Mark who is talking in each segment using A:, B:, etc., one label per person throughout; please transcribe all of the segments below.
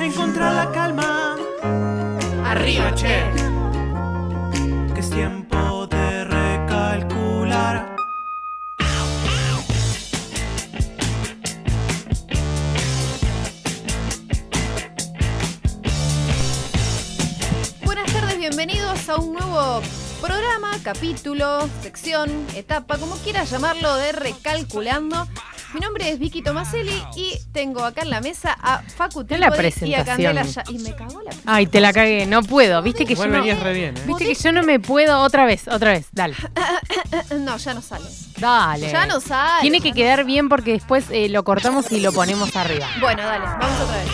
A: encuentra la calma.
B: Arriba, che.
A: Que es tiempo de recalcular.
C: Buenas tardes, bienvenidos a un nuevo programa, capítulo, sección, etapa, como quieras llamarlo, de Recalculando. Mi nombre es Vicky Tomaselli y tengo acá en la mesa a Facu
D: Ya la
C: Trípode y a
D: presentación.
C: Candela Ya- Y me cagó la
D: Ay, te la cagué, no puedo. Viste que yo
B: Igual
D: no,
B: venías re bien, ¿eh?
D: viste que yo no me puedo otra vez, otra vez. Dale.
C: No, ya no sale.
D: Dale.
C: Ya no sale.
D: Tiene que quedar bien porque después eh, lo cortamos y lo ponemos arriba.
C: Bueno, dale, vamos otra vez.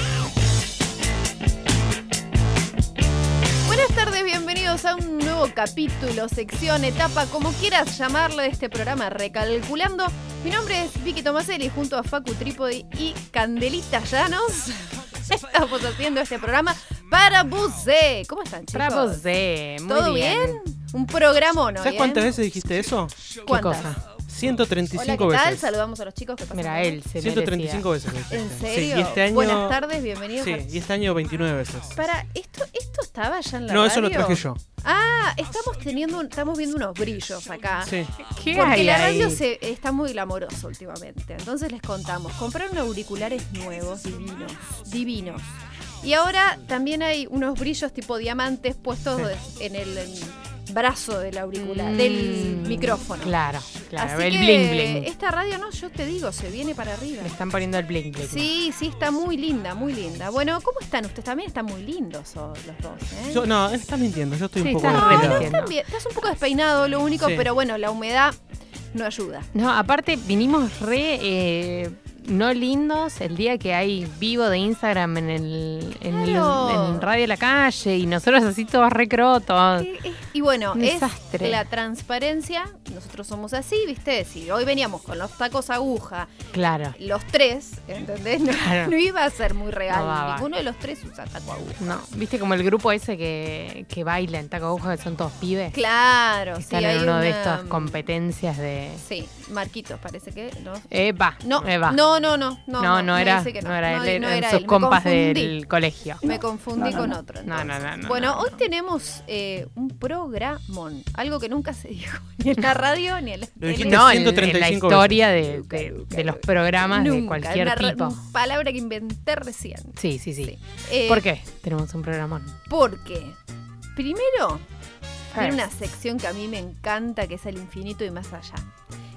C: Buenas tardes, bienvenidos a un nuevo capítulo, sección, etapa, como quieras llamarlo de este programa Recalculando. Mi nombre es Vicky Tomaselli junto a Facu Trípodi y Candelita Llanos. Estamos haciendo este programa para Buce. ¿Cómo están, chicos?
D: Bravo, Zé, muy
C: ¿Todo bien? Un ¿eh? programa, ¿no?
B: ¿Sabes cuántas veces dijiste eso?
D: ¿Qué cosa?
B: 135
C: Hola, ¿qué
B: veces.
C: tal? Saludamos a los chicos que pasan.
D: Mira,
C: por ahí.
D: él se
B: 135 veces. lo dijiste.
C: ¿En
B: Sí,
C: serio?
B: y este año.
C: Buenas tardes, bienvenidos.
B: Sí, y este año 29 veces.
C: Para, ¿esto, ¿esto estaba ya en la
B: No, eso lo
C: radio?
B: traje yo.
C: Ah, estamos teniendo, un- estamos viendo unos brillos acá.
B: Sí.
D: merecía. ¿Qué
C: Porque
D: hay
C: la
D: ahí?
C: radio se, está muy glamorosa últimamente. Entonces les contamos, compraron auriculares nuevos, divinos, divinos. Y ahora también hay unos brillos tipo diamantes puestos de- en el en brazo del auricular, del
D: Mm,
C: micrófono.
D: Claro, claro.
C: Así
D: el
C: que
D: bling bling.
C: esta radio no, yo te digo, se viene para arriba.
D: Le están poniendo el bling bling.
C: Sí, sí, está muy linda, muy linda. Bueno, ¿cómo están ustedes? También están muy lindos oh, los dos, ¿eh?
B: Yo, no, estás mintiendo. Yo estoy
D: Sí,
B: un poco.
D: estás
C: No,
D: re
B: descuidado.
C: no
D: mintiendo.
C: están bien. Estás un poco despeinado, lo único,
B: Sí.
C: pero bueno, la humedad no ayuda.
D: No, aparte vinimos re eh, no lindos el día que hay vivo de Instagram en el en,
C: Claro.
D: el- en Radio La Calle y nosotros así todos recrotos.
C: Eh, Y bueno,
D: Un
C: es
D: desastre.
C: la transparencia. Nosotros somos así, ¿viste? Si hoy veníamos con los tacos aguja,
D: Claro.
C: los tres, ¿entendés? No,
D: Claro.
C: no iba a ser muy real.
D: No daba.
C: Ninguno de los tres usa taco aguja.
D: No, viste como el grupo ese que, que baila en taco aguja, que son todos pibes.
C: Claro,
D: que
C: sí,
D: están
C: hay
D: en uno de
C: una- mm,
D: estas competencias de.
C: Sí, Marquitos parece que, ¿no?
D: Epa,
C: No,
D: Epa.
C: no, no, no, no,
D: no, no,
C: me
D: era,
C: dice que
D: no era
C: no,
D: él,
C: no
D: eran
C: era
D: sus
C: él, me
D: compas
C: confundí.
D: del colegio.
C: Me confundí con otro.
D: No, no,
C: entonces.
D: no, no,
C: bueno,
D: no,
C: hoy tenemos eh, un programón, algo que nunca se dijo ni en la radio ni en la
B: Lo
C: tele.
B: dijiste
D: No, en, en la
B: 135
D: historia de, de- de los programas de
C: Nunca,
D: cualquier
C: una ra-
D: tipo.
C: Palabra que inventé recién.
D: Sí, sí, sí.
C: Sí. Eh,
D: ¿Por qué? Tenemos un programón.
C: Porque primero tiene
D: ver.
C: una sección que a mí me encanta, que es el infinito y más allá.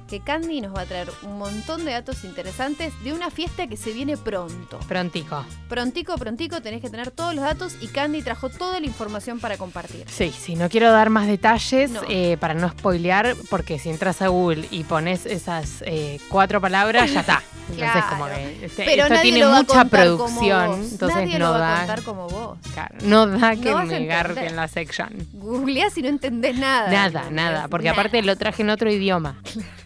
C: Que Candy nos va a traer un montón de datos interesantes de una fiesta que se viene pronto.
D: Prontico.
C: Prontico, prontico, tenés que tener todos los datos y Candy trajo toda la información para compartir.
D: Sí, sí, no quiero dar más detalles
C: No.
D: eh, para no spoilear, porque si entras a Google y pones esas eh, cuatro palabras, ya está. Entonces,
C: Claro.
D: como que este-
C: Pero
D: esto
C: nadie
D: tiene
C: lo va a
D: mucha
C: contar como vos.
D: producción, entonces
C: nadie
D: no
C: lo va a
D: da.
C: contar como vos.
D: claro, no da que
C: No vas a
D: negarte
C: entender.
D: en la sección.
C: Googleás y no entendés nada.
D: Nada,
C: ¿entendés?
D: nada, porque
C: Nada.
D: aparte lo traje en otro idioma.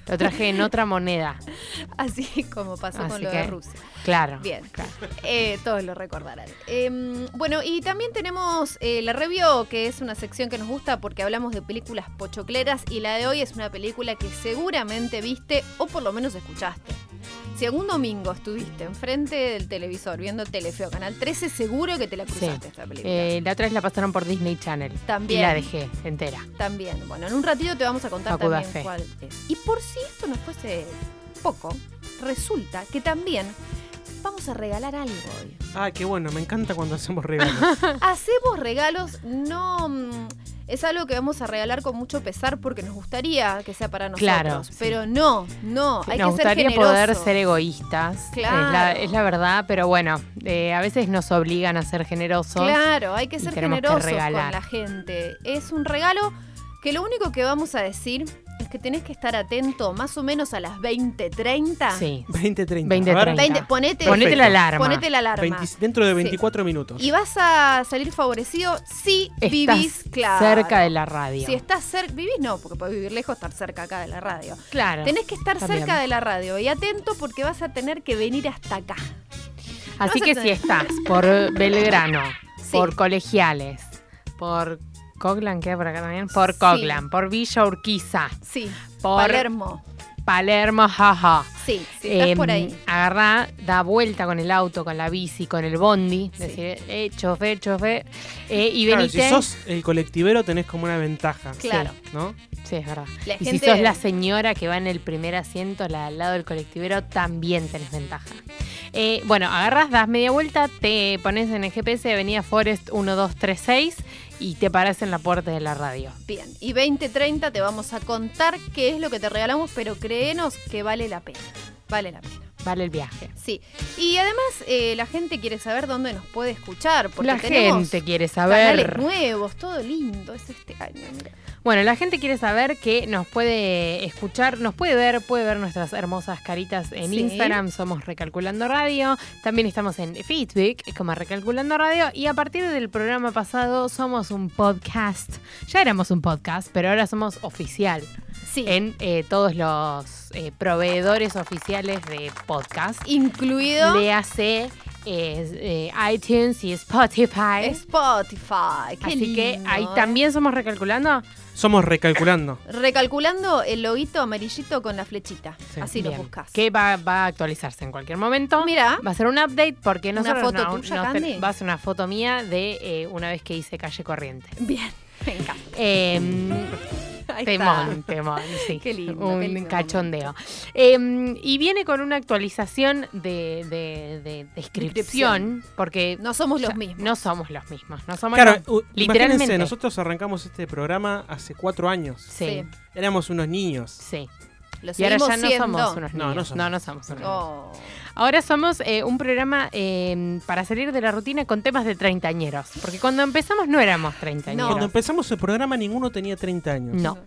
D: Lo traje en otra moneda.
C: Así como pasó con
D: Así
C: lo de
D: que-
C: Rusia.
D: Claro.
C: Bien.
D: claro.
C: Eh, todos lo recordarán. Eh, bueno, y también tenemos eh, la review, que es una sección que nos gusta porque hablamos de películas pochocleras y la de hoy es una película que seguramente viste o por lo menos escuchaste. Si algún domingo estuviste enfrente del televisor viendo Telefeo Canal 13, seguro que te la cruzaste
D: Sí.
C: esta película.
D: Eh, la otra vez la pasaron por Disney Channel.
C: También.
D: Y la dejé entera.
C: También, bueno, en un ratito te vamos a contar
D: Facu da
C: también
D: fe.
C: cuál es. Y por si esto no fuese poco, resulta que también vamos a regalar algo hoy.
B: Ah, qué bueno. Me encanta cuando hacemos regalos.
C: Hacemos regalos, no... mm, Es algo que vamos a regalar con mucho pesar porque nos gustaría que sea para nosotros.
D: Claro, sí.
C: Pero no, no,
D: Nos
C: hay que ser
D: gustaría
C: generosos.
D: poder ser egoístas.
C: Claro.
D: Es la, es la verdad, pero bueno, eh, a veces nos obligan a ser generosos.
C: Claro, hay que
D: y
C: ser
D: tenemos que
C: generosos con
D: regalar.
C: la gente. Es un regalo que lo único que vamos a decir es que tenés que estar atento más o menos a las 20:30.
D: Sí.
B: 20, 30.
D: 20,
B: A ver,
D: 30.
C: 20, ponete,
D: Ponete la alarma.
C: Ponete la alarma.
B: 20 dentro de
C: Sí.
B: 24 minutos.
C: Y vas a salir favorecido si
D: Estás
C: vivís, claro.
D: cerca de la radio.
C: Si estás cerca, vivís no, porque podés vivir lejos, estar cerca acá de la radio.
D: Claro.
C: Tenés que estar
D: También.
C: cerca de la radio y atento porque vas a tener que venir hasta acá.
D: Así
C: vas a
D: que si
C: tener-
D: estás por Belgrano,
C: Sí.
D: por Colegiales, por Coglan, queda por acá también? Por
C: Sí.
D: Coglan, por Villa Urquiza,
C: Sí,
D: por
C: Palermo.
D: Palermo, jaja.
C: Sí, sí, estás
D: Em,
C: por ahí.
D: Agarrá, da vuelta con el auto, con la bici, con el bondi.
C: Sí.
D: Decir, eh, chofer, chofer. eh, y
B: Claro,
D: venite.
B: si sos el colectivero tenés como una ventaja.
C: Claro.
B: ¿No?
D: Sí, es verdad.
C: La
D: y si
C: gente-
D: sos la señora que va en el primer asiento, la al lado del colectivero, también tenés ventaja. Eh, bueno, agarras, das media vuelta, te pones en el GPS Avenida Forest 1236 y te paras en la puerta de la radio.
C: Bien, y 2030 te vamos a contar qué es lo que te regalamos, pero créenos que vale la pena. Vale la pena.
D: Vale el viaje.
C: Sí. Y además, eh, la gente quiere saber dónde nos puede escuchar. Porque
D: la
C: tenemos
D: gente quiere
C: canales
D: saber.
C: nuevos, todo lindo. Es este año, mira.
D: Bueno, la gente quiere saber que nos puede escuchar, nos puede ver, puede ver nuestras hermosas caritas en
C: Sí.
D: Instagram, somos Recalculando Radio, también estamos en Facebook como Recalculando Radio y a partir del programa pasado somos un podcast, ya éramos un podcast, pero ahora somos oficial
C: Sí.
D: en eh, todos los eh, proveedores oficiales de podcast,
C: Incluido
D: le hace eh, iTunes y Spotify.
C: Spotify. Qué
D: ¿eh? Así que
C: lindo,
D: ahí
C: ¿eh?
D: también somos recalculando.
B: Somos recalculando.
C: Recalculando el loguito amarillito con la flechita.
B: Sí.
C: Así lo
D: Bien,
C: buscas.
D: Que va, va a actualizarse en cualquier momento.
C: Mira,
D: Va a ser un update porque
C: ¿Una
D: no
C: foto tuya, Candy?
D: va a ser una foto mía de eh, una vez que hice calle corriente.
C: bien. Me encanta.
D: Eh,
C: Ahí
D: temón, temón, sí.
C: Qué lindo,
D: Un
C: qué lindo
D: cachondeo. Eh, y viene con una actualización de, de- de descripción, porque
C: está. No somos los
D: ya
C: mismos.
D: no somos los mismos. No somos
B: Claro,
D: los-
B: u-
D: literalmente.
B: imagínense, nosotros arrancamos este programa hace cuatro años.
D: Sí,
C: Sí.
B: Éramos unos niños.
D: sí.
C: Lo
D: Y ahora
C: seguimos
D: ya no
C: siendo.
D: somos unos
B: No, no
D: niños. No,
B: somos.
D: no, somos unos niños.
C: Oh,
D: Ahora somos eh, un programa eh, para salir de la rutina con temas de treintañeros. Porque cuando empezamos no éramos treintañeros.
B: Cuando empezamos el programa ninguno tenía 30 años.
D: No.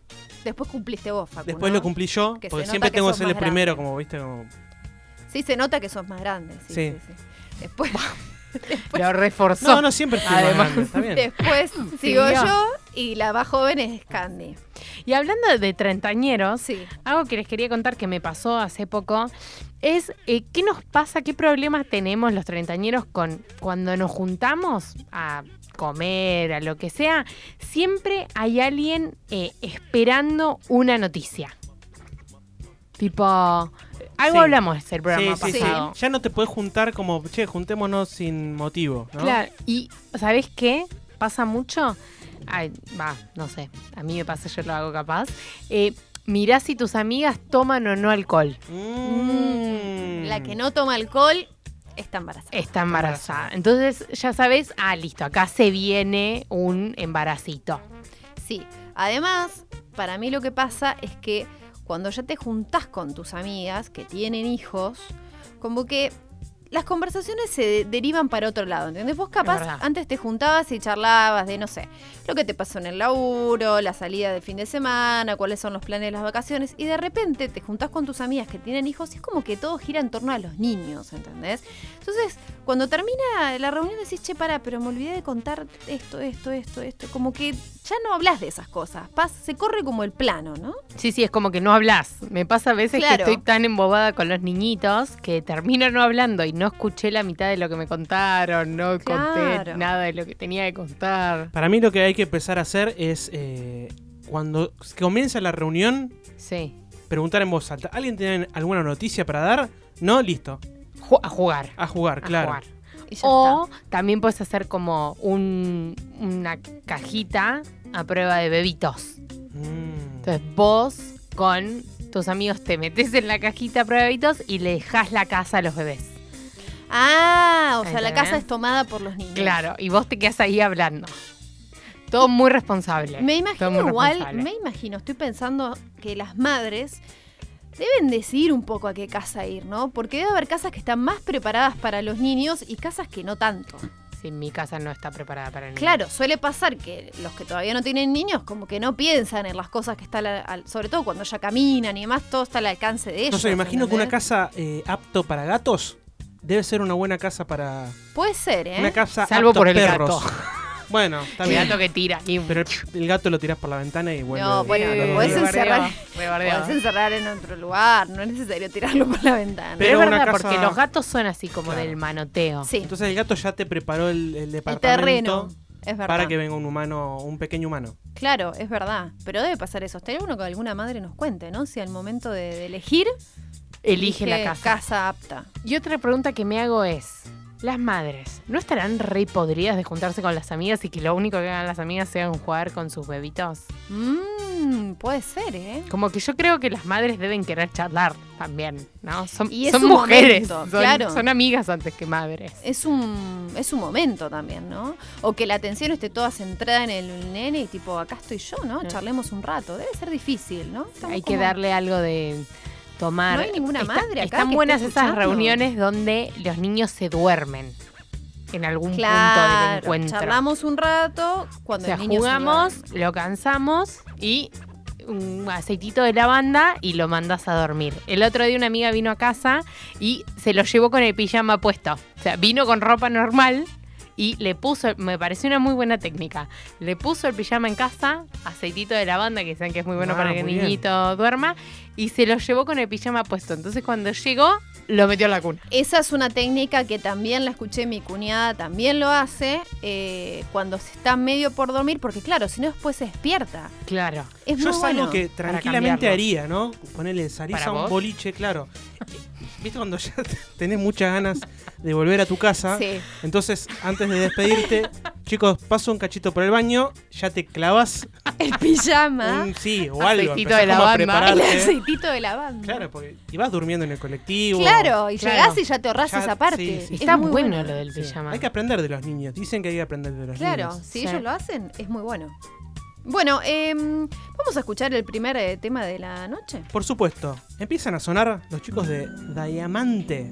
C: Después cumpliste vos, Facu.
B: Después
C: ¿no?
B: lo cumplí yo,
C: Que se
B: porque
C: nota
B: siempre
C: que
B: tengo que
C: sos
B: ser el
C: más
B: primero,
C: grande.
B: como viste, como-
C: Sí, se nota que sos más grande. Sí.
B: Sí.
C: sí, sí. Después,
D: Lo reforzó.
B: No, no siempre fui más
D: Además.
B: grande, está bien.
C: después sigo
D: Siguió.
C: yo y la más joven es Candy.
D: Y hablando de treintañeros,
C: Sí.
D: algo que les quería contar que me pasó hace poco es eh, qué nos pasa, qué problemas tenemos los treintañeros con cuando nos juntamos a comer, a lo que sea, siempre hay alguien eh, esperando una noticia. Tipo, algo
B: Sí.
D: hablamos el programa
B: Sí, sí, sí.
D: pasado.
B: Ya no te puedes juntar como, che, juntémonos sin motivo, ¿no?
D: Claro, y ¿sabes qué? Pasa mucho. Ay, Va, no sé, a mí me pasa, yo lo hago capaz. Eh, mirá si tus amigas toman o no alcohol.
B: Mm.
C: La que no toma alcohol está embarazada.
D: Está embarazada. Entonces ya sabes, ah, listo, acá se viene un embaracito.
C: Sí. Además, para mí lo que pasa es que cuando ya te juntás con tus amigas que tienen hijos, como que las conversaciones se de- derivan para otro lado, ¿entendés? Vos
D: Es
C: capaz
D: verdad.
C: antes te juntabas y charlabas de, no sé, lo que te pasó en el laburo, la salida del fin de semana, cuáles son los planes de las vacaciones, y de repente te juntás con tus amigas que tienen hijos y es como que todo gira en torno a los niños, ¿entendés? Entonces, cuando termina Ah, la reunión decís, che, para, pero me olvidé de contar esto, esto, esto, esto, como que ya no hablas de esas cosas, Pas- se corre como el plano, ¿no?
D: Sí, sí, es como que no hablas. Me pasa a veces
C: Claro.
D: que estoy tan embobada con los niñitos que termino no hablando y no escuché la mitad de lo que me contaron, no
C: Claro.
D: conté nada de lo que tenía que contar.
B: Para mí lo que hay que empezar a hacer es, eh, cuando comienza la reunión,
D: Sí,
B: preguntar en voz alta, ¿alguien tiene alguna noticia para dar? No, listo,
D: Ju- a jugar.
B: a jugar,
D: a
B: claro.
D: jugar.
C: Y ya
D: O también puedes hacer como un- una cajita a prueba de bebitos.
B: Mm.
D: Entonces vos con tus amigos te metes en la cajita a prueba de bebitos y le dejás la casa a los bebés.
C: está. Ah, o
D: Ahí
C: sea, la
D: tenés.
C: casa es tomada por los niños.
D: Claro, y vos te quedás ahí hablando. Todo muy responsable.
C: Me
D: Todo muy
C: imagino igual,
D: responsable.
C: me imagino, estoy pensando que las madres deben decidir un poco a qué casa ir, ¿no? Porque debe haber casas que están más preparadas para los niños y casas que no tanto.
D: Si mi casa no está preparada para niños.
C: Claro, suele pasar que los que todavía no tienen niños como que no piensan en las cosas que están, al- al- sobre todo cuando ya caminan y demás, todo está al alcance de ellos.
B: No sé, me imagino que una
C: ¿entendés?
B: casa eh, apto para gatos debe ser una buena casa para...
C: Puede ser, ¿eh?
B: Una casa
D: Salvo
B: apto
D: por el
B: perros.
D: gato.
B: Bueno, está
D: El
B: bien.
D: gato que tira. Y...
B: Pero el, el gato lo tirás por la ventana y vuelve.
C: No, bueno,
B: al otro
C: podés
B: día.
C: encerrar-
D: rebardeado, rebardeado.
C: Podés encerrar en otro lugar, no es necesario tirarlo por la ventana.
B: Pero-
D: Pero es
B: una
D: verdad,
B: casa-
D: porque los gatos son así como
B: Claro.
D: del manoteo.
C: sí.
B: Entonces el gato ya te preparó el, el departamento.
C: terreno. Es verdad.
B: para que venga un humano, un pequeño humano.
C: Claro, es verdad. Pero debe pasar eso. Estaría bueno que alguna madre nos cuente, ¿no? Si al momento de, de elegir,
D: Elige la
C: elige
D: casa.
C: Casa apta.
D: Y otra pregunta que me hago es, las madres, ¿no estarán re podridas de juntarse con las amigas y que lo único que hagan las amigas sean jugar con sus bebitos?
C: Mmm, puede ser, ¿eh?
D: Como que yo creo que las madres deben querer charlar también, ¿no? Son,
C: Y es
D: son
C: un
D: mujeres,
C: momento,
D: son,
C: claro.
D: son amigas antes que madres.
C: Es un, es un momento también, ¿no? O que la atención esté toda centrada en el nene y tipo, acá estoy yo, ¿no?
D: Mm.
C: Charlemos un rato. Debe ser difícil, ¿no? Estamos
D: Hay que
C: como-
D: darle algo de tomar.
C: No hay ninguna madre acá que
D: Están
C: esté
D: buenas esas
C: escuchando.
D: reuniones donde los niños se duermen en algún punto del
C: Claro,
D: encuentro.
C: charlamos un rato
D: o
C: cuando
D: sea,
C: el niño se
D: jugamos,
C: duerme.
D: lo cansamos y un aceitito de lavanda y lo mandas a dormir. El otro día una amiga vino a casa y se lo llevó con el pijama puesto. O sea, vino con ropa normal y le puso, me pareció una muy buena técnica, le puso el pijama en casa, aceitito de lavanda, que saben que es muy bueno
B: Ah,
D: para que el
B: muy bien.
D: niñito duerma, y se lo llevó con el pijama puesto. Entonces cuando llegó, lo metió en la cuna.
C: Esa es una técnica que también la escuché, mi cuñada también lo hace eh, cuando se está medio por dormir, porque claro, si no después se despierta.
D: Claro.
C: Es
B: Yo
C: muy
B: es algo
C: bueno.
B: que
D: para
B: tranquilamente
D: cambiarlo.
B: haría, ¿no? Ponerle salís
D: ¿Para
B: a un
D: vos?
B: boliche, claro. Eh, ¿Viste cuando ya tenés muchas ganas de volver a tu casa?
C: Sí.
B: Entonces, antes de despedirte, chicos, paso un cachito por el baño, ya te clavas
C: El pijama,
B: un sí o algo.
D: Aceitito de
B: empezás como a
D: lavanda.
C: el
B: prepararte.
C: aceitito de lavanda.
B: Claro, porque y vas durmiendo en el colectivo.
C: Claro, y
D: Claro.
C: llegás y ya te ahorras
B: Ya-
C: esa parte.
B: sí, sí.
C: Es
D: Está
C: muy
D: bueno
C: buena.
D: lo del
B: Sí.
D: pijama.
B: Hay que aprender de los niños. Dicen que hay que aprender de los
C: Claro,
B: niños.
C: si
D: Sí.
C: ellos lo hacen, es muy bueno. Bueno, em, vamos a escuchar el primer eh, tema de la noche.
B: Por supuesto, empiezan a sonar los chicos de Diamante.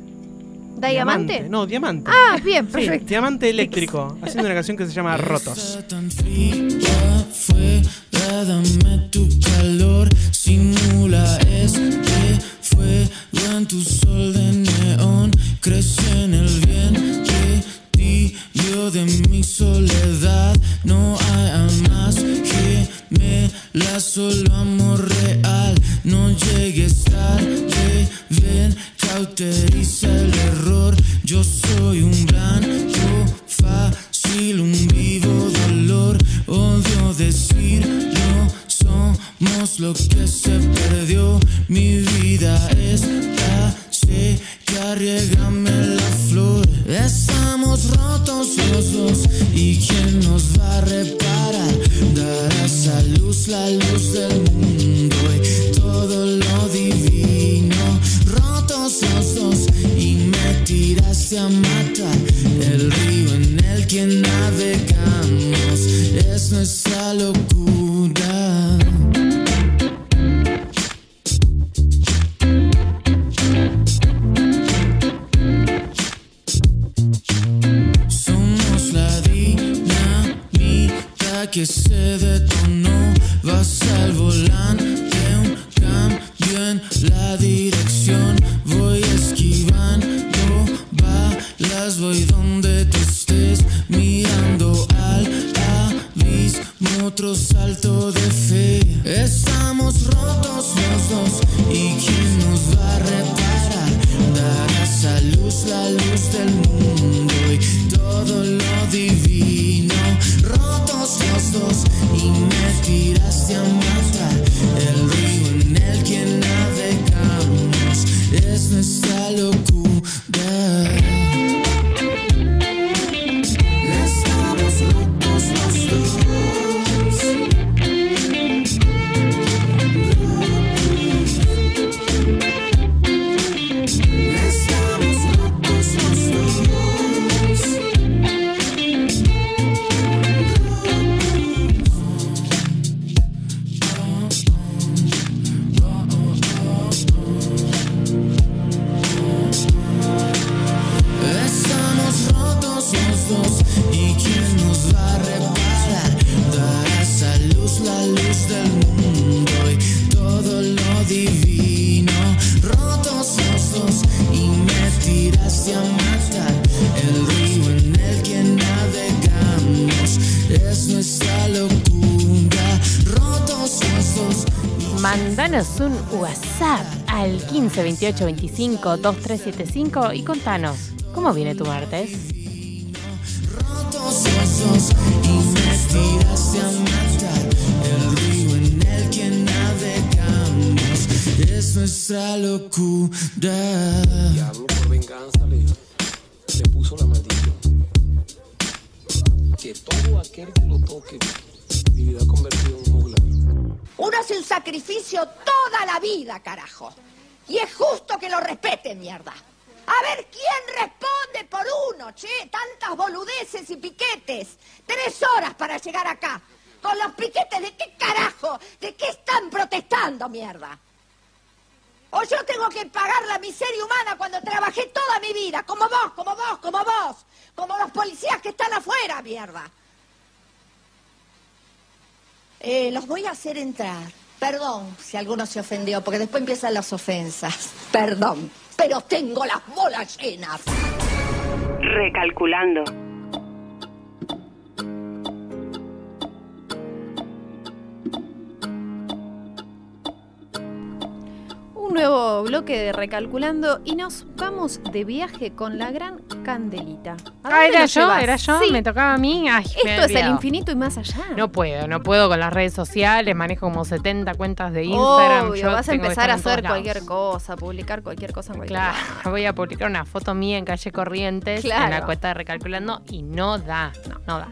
C: ¿Diamante?
B: No, Diamante.
C: Ah, bien,
B: Sí,
C: perfecto.
B: Diamante Eléctrico, haciendo una canción que se llama Rotos.
E: Está tan fría, fuera, dame tu calor. Simula este fuego en tu sol de neón. Crece en el vientre, tío de mi soledad. No hay almas que me la solo amor real. No llegues tarde, ven, cauteriza el error. Yo soy un blanco fácil, un vivo dolor. Odio decirlo, somos lo que se perdió. Mi vida está seca, riégame la flor. Estamos rotos los dos, ¿y quién nos va a reparar? Darás a luz la luz del mundo y todo lo divino. Rotos los dos, y me tiraste a matar. El río en el que navegamos es nuestra locura. Somos la dinamita que se detonó. Vas al volante, un cambio en la dirección. Voy esquivando balas, voy donde tú estés, mirando al abismo, otro salto de fe. Estamos rotos los dos, ¿y quién nos va a reparar? Darás a luz la luz del mundo y todo lo divino. Rotos los dos y me tiraste a matar. El río en el que navegamos es nuestra locura. Estamos rotos los dos. Estamos rotos los dos. Estamos rotos los dos y quién nos va a reparar. Darás a luz la luz del mundo y todo lo divino. Rotos los dos y me tiraste a matar. El río en el que navegamos es nuestra locura. Rotos los dos.
D: Mandanos un WhatsApp al 15 28 25 2375 y contanos, ¿cómo viene tu martes?
E: Rotos los dos y se amasa, el río en el que navegamos es nuestra locura.
F: diablo por venganza le, le puso la maldición. Que todo aquel que lo toque vivirá convertido en un juglar.
G: Uno hace un sacrificio toda la vida, carajo. Y es justo que lo respeten, mierda. A ver quién responde por uno, che. Tantas boludeces y piquetes. Tres horas para llegar acá. Con los piquetes, ¿de qué carajo? ¿De qué están protestando, mierda? O yo tengo que pagar la miseria humana cuando trabajé toda mi vida, como vos, como vos, como vos, como los policías que están afuera, mierda. Eh, los voy a hacer entrar. Perdón si alguno se ofendió, porque después empiezan las ofensas. Perdón, pero tengo las bolas llenas.
H: Recalculando.
C: Un nuevo bloque de Recalculando y nos vamos de viaje con la gran candelita. ¿A
D: Ah,
C: dónde
D: era
C: nos
D: yo,
C: llevas?
D: era yo,
C: Sí,
D: me tocaba a mí. Ay, me
C: Esto es el
D: olvidado.
C: infinito y más allá.
D: No puedo, no puedo con las redes sociales, manejo como 70 cuentas de Instagram.
C: Obvio,
D: yo
C: vas a
D: tengo que
C: empezar
D: estar en
C: a hacer
D: todos lados.
C: cualquier cosa, publicar cualquier cosa en cualquier
D: Claro,
C: lado.
D: voy a publicar una foto mía en calle Corrientes, en la
C: Claro.
D: cuenta de Recalculando, y no da, no, no da.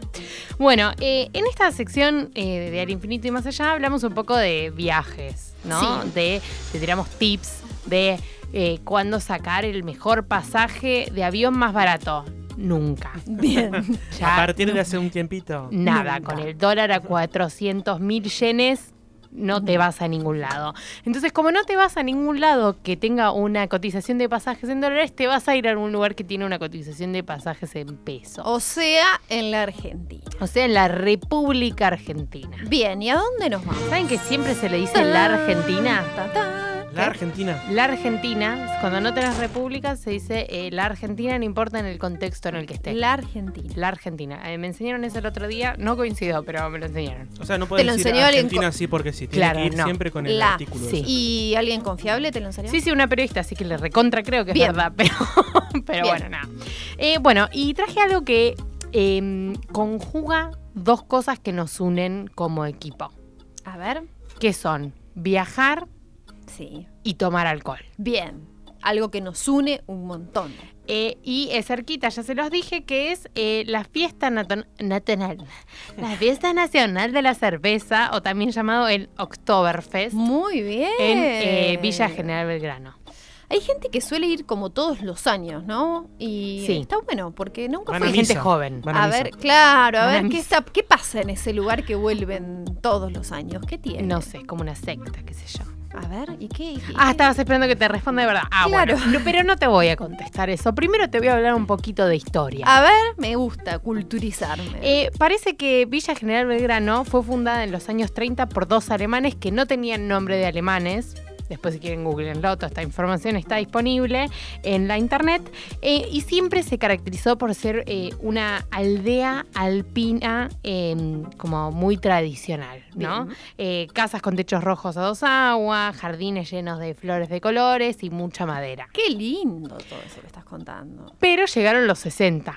D: Bueno, eh, en esta sección eh, de Al Infinito y Más Allá hablamos un poco de viajes, ¿no?
C: Sí.
D: De, te tiramos tips de eh, cuándo sacar el mejor pasaje de avión más barato. Nunca.
C: Bien.
D: Ya
B: A partir de hace un tiempito.
D: Nada,
C: Nunca.
D: con el dólar a 400 mil yenes no te vas a ningún lado. Entonces, como no te vas a ningún lado que tenga una cotización de pasajes en dólares, te vas a ir a algún lugar que tiene una cotización de pasajes en peso.
C: O sea, en la Argentina.
D: O sea, en la República Argentina.
C: Bien, ¿y a dónde nos vamos?
D: ¿Saben que siempre se le dice
C: Ah.
D: la Argentina?
C: Ta, ta.
B: La Argentina.
D: La Argentina, cuando no tenés república, se dice eh, la Argentina, no importa en el contexto en el que esté. La,
C: La Argentina.
D: Argentina. Eh, me enseñaron eso el otro día, no coincido, pero me lo enseñaron.
B: O sea, no puedes
C: lo
B: decir
C: enseñó alguien
B: Argentina
C: con-
B: así porque sí. Tiene
D: Claro,
B: que ir
D: no.
B: siempre con el
C: La-
B: artículo.
D: sí.
B: ese.
C: ¿Y alguien confiable te lo enseñó?
D: Sí, sí, una periodista, así que le recontra creo que
C: Bien.
D: es verdad, pero, pero
C: Bien.
D: bueno, nada. Eh, bueno, y traje algo que eh, conjuga dos cosas que nos unen como equipo,
C: A ver.
D: que son viajar
C: Sí.
D: y tomar alcohol.
C: Bien. Algo que nos une un montón.
D: Eh, y es cerquita, ya se los dije, que es eh, la fiesta nato- nacional. La fiesta nacional de la cerveza, o también llamado el Oktoberfest,
C: Muy bien.
D: en eh, Villa General Belgrano.
C: Hay gente que suele ir como todos los años, ¿no? Y
D: Sí.
C: está bueno, porque nunca
B: Van
D: Hay
B: a
C: fui.
D: gente
B: misa.
D: joven.
B: Van
C: A
B: misa.
C: ver, claro, a
D: Van a
C: ver qué,
D: misa.
C: está- qué pasa en ese lugar que vuelven todos los años. ¿Qué tiene?
D: No sé, como una secta, qué sé yo.
C: A ver, ¿y qué? y qué-
D: Ah, estabas esperando que te responda de verdad. Ah,
C: Claro.
D: bueno. No, pero no te voy a contestar eso. Primero te voy a hablar un poquito de historia.
C: A ver, me gusta culturizarme.
D: Eh, parece que Villa General Belgrano fue fundada en los años 30 por dos alemanes que no tenían nombre de alemanes. Después si quieren googleenlo, toda esta información está disponible en la internet. Eh, y siempre se caracterizó por ser eh, una aldea alpina eh, como muy tradicional, ¿no?
C: Bien.
D: Eh, casas con techos rojos a dos aguas, jardines llenos de flores de colores y mucha madera.
C: qué lindo todo eso que estás contando.
D: Pero llegaron los 60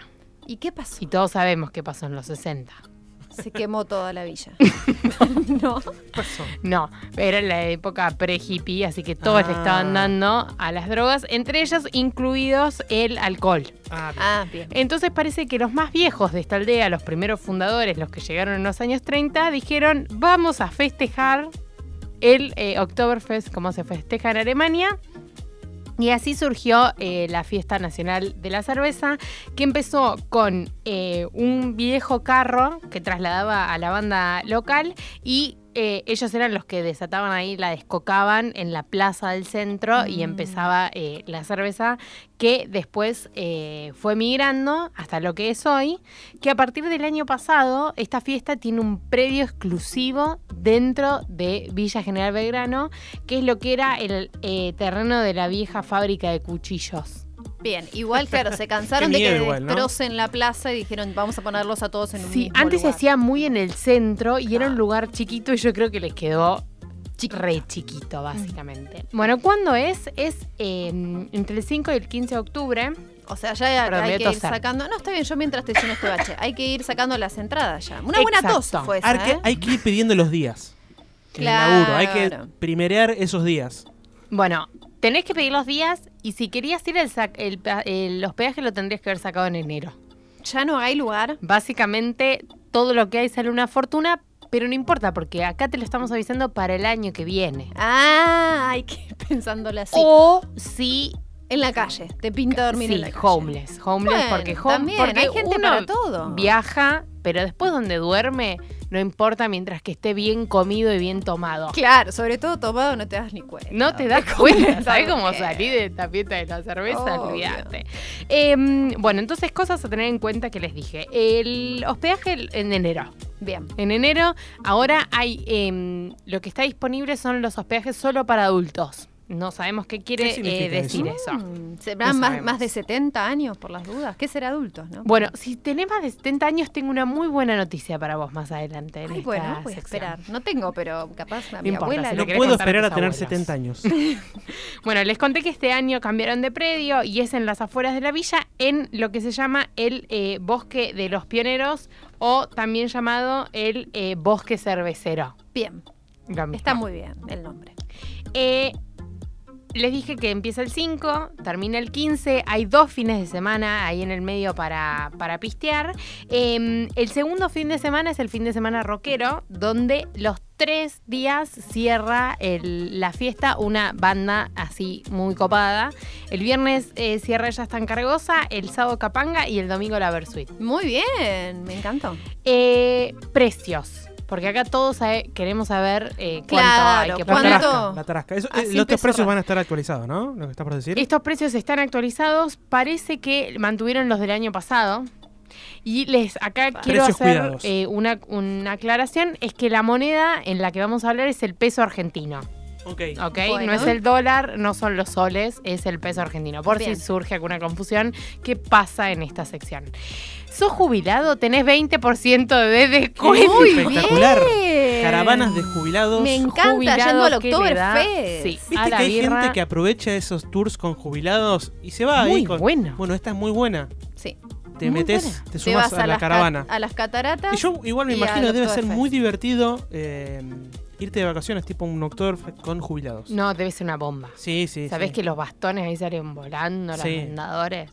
C: ¿Y qué pasó?
D: y todos sabemos qué pasó en los 60.
C: Se quemó toda la villa. no.
D: No, era la época pre-hippie, así que todos le
B: Ah.
D: estaban dando a las drogas, entre ellas incluidos el alcohol.
B: Ah, bien.
C: Ah, bien.
D: Entonces parece que los más viejos de esta aldea, los primeros fundadores, los que llegaron en los años 30, dijeron, vamos a festejar el eh, Oktoberfest, como se festeja en Alemania. Y así surgió eh, la Fiesta Nacional de la Cerveza, que empezó con eh, un viejo carro que trasladaba a la banda local y eh, ellos eran los que desataban ahí, la descocaban en la plaza del centro y
C: Mm.
D: empezaba eh, la cerveza que después eh, fue migrando hasta lo que es hoy, que a partir del año pasado esta fiesta tiene un predio exclusivo dentro de Villa General Belgrano, que es lo que era el eh, terreno de la vieja fábrica de cuchillos.
C: Bien, igual, claro, se cansaron de
B: Qué
C: que
B: miedo igual, ¿no?
C: destrocen la plaza y dijeron, vamos a ponerlos a todos en un
D: Sí,
C: mismo
D: antes se
C: lugar.
D: hacía muy en el centro y era un
C: Ah.
D: lugar chiquito y yo creo que les quedó
C: Chiquito.
D: re chiquito, básicamente. Bueno, ¿cuándo es? Es eh, entre el 5 y el 15 de octubre.
C: O sea, ya
D: Perdón,
C: hay
D: voy a
C: que ir
D: toser.
C: sacando. No, está bien, yo mientras te lleno este bache. Hay que ir sacando las entradas ya. Una buena tos
D: Exacto.
C: fue esa.
B: Hay que,
C: ¿eh?
B: hay que ir pidiendo los días. en
C: Claro.
B: El laburo. Hay que primerear esos días.
D: Bueno, tenés que pedir los días y si querías ir el, sac- el, pa- el hospedaje lo tendrías que haber sacado en enero.
C: Ya no hay lugar.
D: Básicamente todo lo que hay sale una fortuna, pero no importa porque acá te lo estamos avisando para el año que viene.
C: Ah, hay que ir pensándola así.
D: O si
C: En la calle. Te pinta dormir
D: Oh. sí,
C: en la calle.
D: homeless, homeless
C: Bueno,
D: porque home-
C: también,
D: porque
C: hay gente
D: uno
C: para todo.
D: Viaja, pero después donde duerme no importa mientras que esté bien comido y bien tomado.
C: Claro, sobre todo tomado no te das ni cuenta.
D: No te das cuenta, ¿sabes
C: ¿sabes
D: cómo
C: qué?
D: salir de esta fiesta de la cerveza?
C: Obvio.
D: Olvídate. Em, bueno, entonces cosas a tener en cuenta que les dije. El hospedaje en enero.
C: Bien.
D: En enero ahora hay em, lo que está disponible son los hospedajes solo para adultos. No sabemos qué quiere
B: ¿Qué significa
D: eh, decir eso.
C: Mm,
D: No
C: ¿Serán más,
D: sabemos.
C: más de 70 años por las dudas? ¿Qué ser adultos, no?
D: Bueno, si tenés más de 70 años, tengo una muy buena noticia para vos más adelante. En
C: Ay,
D: esta
C: bueno, voy a
D: sección.
C: esperar. No tengo, pero capaz a
D: No
C: mi
D: importa,
C: abuela
D: se
C: le-
D: lo
B: No
D: querés
B: puedo
D: contar a
B: esperar a
D: tus
B: tener
D: abuelos.
B: 70 años.
D: Bueno, les conté que este año cambiaron de predio y es en las afueras de la villa, en lo que se llama el eh, Bosque de los Pioneros o también llamado el eh, Bosque Cervecero.
C: Bien,
D: Lo mismo.
C: está muy bien el nombre.
D: Eh, les dije que empieza el 5, termina el 15, hay dos fines de semana ahí en el medio para, para pistear. Eh, el segundo fin de semana es el fin de semana rockero, donde los tres días cierra el- la fiesta una banda así muy copada. El viernes eh, cierra Ya Tan Cargosa, el sábado Capanga y el domingo la Versuit.
C: Muy bien, me encantó.
D: Eh, precios. Porque acá todos sabe- queremos saber eh, cuánto hay
C: Claro,
D: que
B: La
D: poner.
B: tarasca.
C: ¿Cuánto?
B: La tarasca. Eso, eh,
C: Así
B: los tres
C: empezó
B: precios
C: Ra-
B: van a estar actualizados, ¿no? Lo que estás por decir.
D: Estos precios están actualizados. Parece que mantuvieron los del año pasado. Y les acá quiero
B: Precios
D: hacer
B: cuidados.
D: eh, una, una aclaración. Es que la moneda en la que vamos a hablar es el peso argentino.
B: Ok.
D: ¿Ok?
C: Bueno.
D: No es el dólar, no son los soles, es el peso argentino. Por
C: Bien.
D: si surge alguna confusión, ¿qué pasa en esta sección? ¿Sos jubilado? Tenés 20% de descuento.
C: Muy
B: espectacular.
C: bien.
B: Caravanas de jubilados.
C: Me encanta,
D: Jubilado,
C: yendo al
D: ¿qué le da?
C: Oktoberfest.
D: Sí.
B: ¿Viste
D: a
B: que
D: la
B: hay
D: birra.
B: gente que aprovecha esos tours con jubilados y se va ahí
D: Muy
B: con-
D: bueno.
B: Bueno, esta es muy buena.
C: Sí.
B: Te
D: Muy
B: metes,
D: buena.
B: te
C: Te
B: sumas
C: vas
B: a, la
C: las cat-
B: caravana.
C: A las cataratas.
B: Y yo igual me
C: y
B: imagino
C: al
B: debe ser
C: Oktoberfest.
B: muy divertido eh, irte de vacaciones tipo un Oktoberfest con jubilados.
D: No, debe ser una bomba.
B: Sí, sí.
D: ¿Sabés
B: sí.
D: que los bastones ahí salen volando, los
B: Sí.
D: andadores?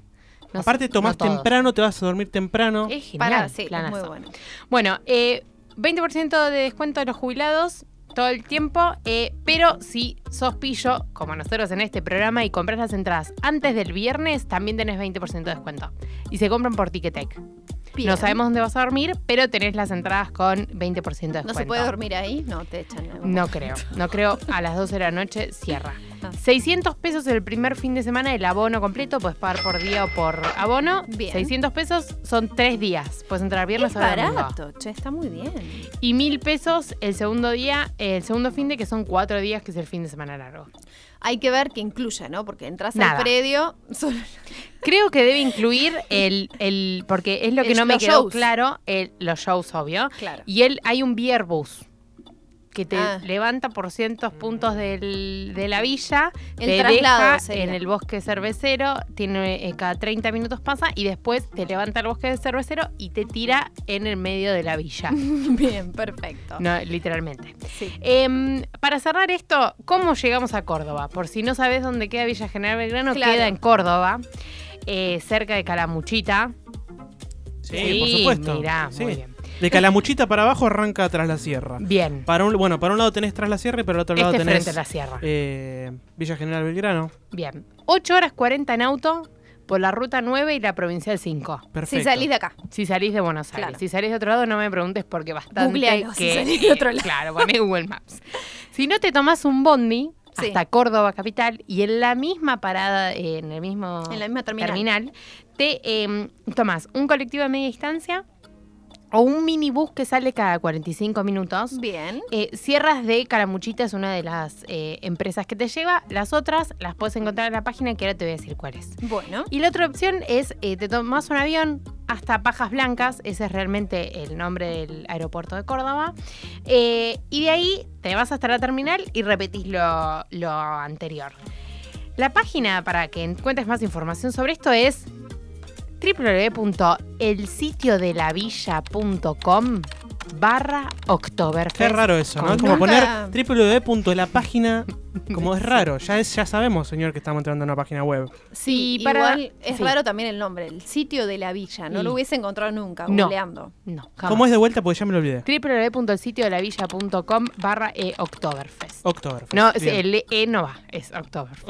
D: No
B: Aparte
D: sé,
B: tomás
D: no todos.
B: temprano, te vas a dormir temprano.
D: Es genial.
C: Pará, sí, es muy
D: planazo.
C: bueno.
D: Bueno, eh, 20% de descuento a los jubilados todo el tiempo, eh, pero si sos pillo, como nosotros en este programa, y compras las entradas antes del viernes, también tenés 20% de descuento. Y se compran por Ticketek.
C: Bien.
D: No sabemos dónde vas a dormir, pero tenés las entradas con 20% de descuento.
C: ¿No se puede dormir ahí? No, te echan. en algún
D: No
C: momento.
D: creo, no creo. A las 12 de la noche cierra.
C: Ah.
D: 600 pesos el primer fin de semana, el abono completo, puedes pagar por día o por abono.
C: Bien.
D: 600 pesos son tres días, puedes entrar viernes
C: Es
D: a domingo.
C: barato, che, está muy bien.
D: Y 1000 pesos el segundo día, el segundo fin de que son cuatro días, que es el fin de semana largo.
C: Hay que ver que incluya, ¿no? Porque entras
D: Nada.
C: al predio. solo-
D: Creo que debe incluir el, el porque es lo que
C: El-
D: no me
C: los
D: quedó
C: shows.
D: claro, el- los shows, obvio.
C: Claro.
D: Y él, hay un beer bus que te
C: Ah.
D: levanta por cientos puntos del- de la villa,
C: El
D: te
C: traslado
D: deja
C: sería.
D: en el bosque cervecero, tiene eh, cada 30 minutos pasa y después te levanta al bosque cervecero y te tira en el medio de la villa.
C: bien, perfecto.
D: no, literalmente.
C: Ah. Sí.
D: Em, para cerrar esto, ¿cómo llegamos a Córdoba? Por si no sabes dónde queda Villa General Belgrano,
C: Claro.
D: queda en Córdoba, eh, cerca de Calamuchita.
B: Sí, por supuesto.
D: Mirá,
B: Sí.
D: muy bien.
B: De Calamuchita para abajo arranca tras la sierra.
D: Bien.
B: Para un, bueno, para un lado tenés tras la sierra y para el otro lado
D: Este
B: tenés
D: frente a la sierra.
B: eh, Villa General Belgrano.
D: Bien. 8 horas 40 en auto por la ruta 9 y la provincial 5.
B: Perfecto.
C: Si salís de acá.
D: Si salís de Buenos Aires.
C: Claro.
D: Si salís de otro lado, no me preguntes porque bastante
C: Googlealo,
D: que...
C: si salís de otro lado.
D: Claro, poné Google Maps. Si no te tomás un bondi
C: Sí.
D: hasta Córdoba capital y en la misma parada, eh, en el mismo
C: En la misma terminal.
D: te eh, tomás un colectivo de media distancia o un minibús que sale cada 45 minutos.
C: Bien.
D: Eh, Sierras de Caramuchita es una de las eh, empresas que te lleva. Las otras las puedes encontrar en la página que ahora te voy a decir cuáles.
C: Bueno.
D: Y la otra opción es, eh, te tomas un avión hasta Pajas Blancas, ese es realmente el nombre del aeropuerto de Córdoba, eh, y de ahí te vas hasta la terminal y repetís lo, lo anterior. La página para que encuentres más información sobre esto es www.elsitiodelavilla.com barra Oktoberfest.
B: Qué raro eso, ¿no?
D: Con-
B: Es como poner
C: Nunca-
B: www. la página. Como es raro, ya, es, ya sabemos, señor, que estamos entrando en una página web.
C: Sí,
D: Y para-
C: igual es
D: sí.
C: raro también el nombre, el sitio de la villa. No
D: Y-
C: lo hubiese encontrado nunca,
D: No.
C: googleando.
D: No, jamás.
B: ¿Cómo es de vuelta? Porque ya me lo olvidé.
D: www.elsitiodelavilla.com barra eh, Oktoberfest.
B: Oktoberfest.
D: No, es-
B: bien.
D: el E no va, es Oktoberfest.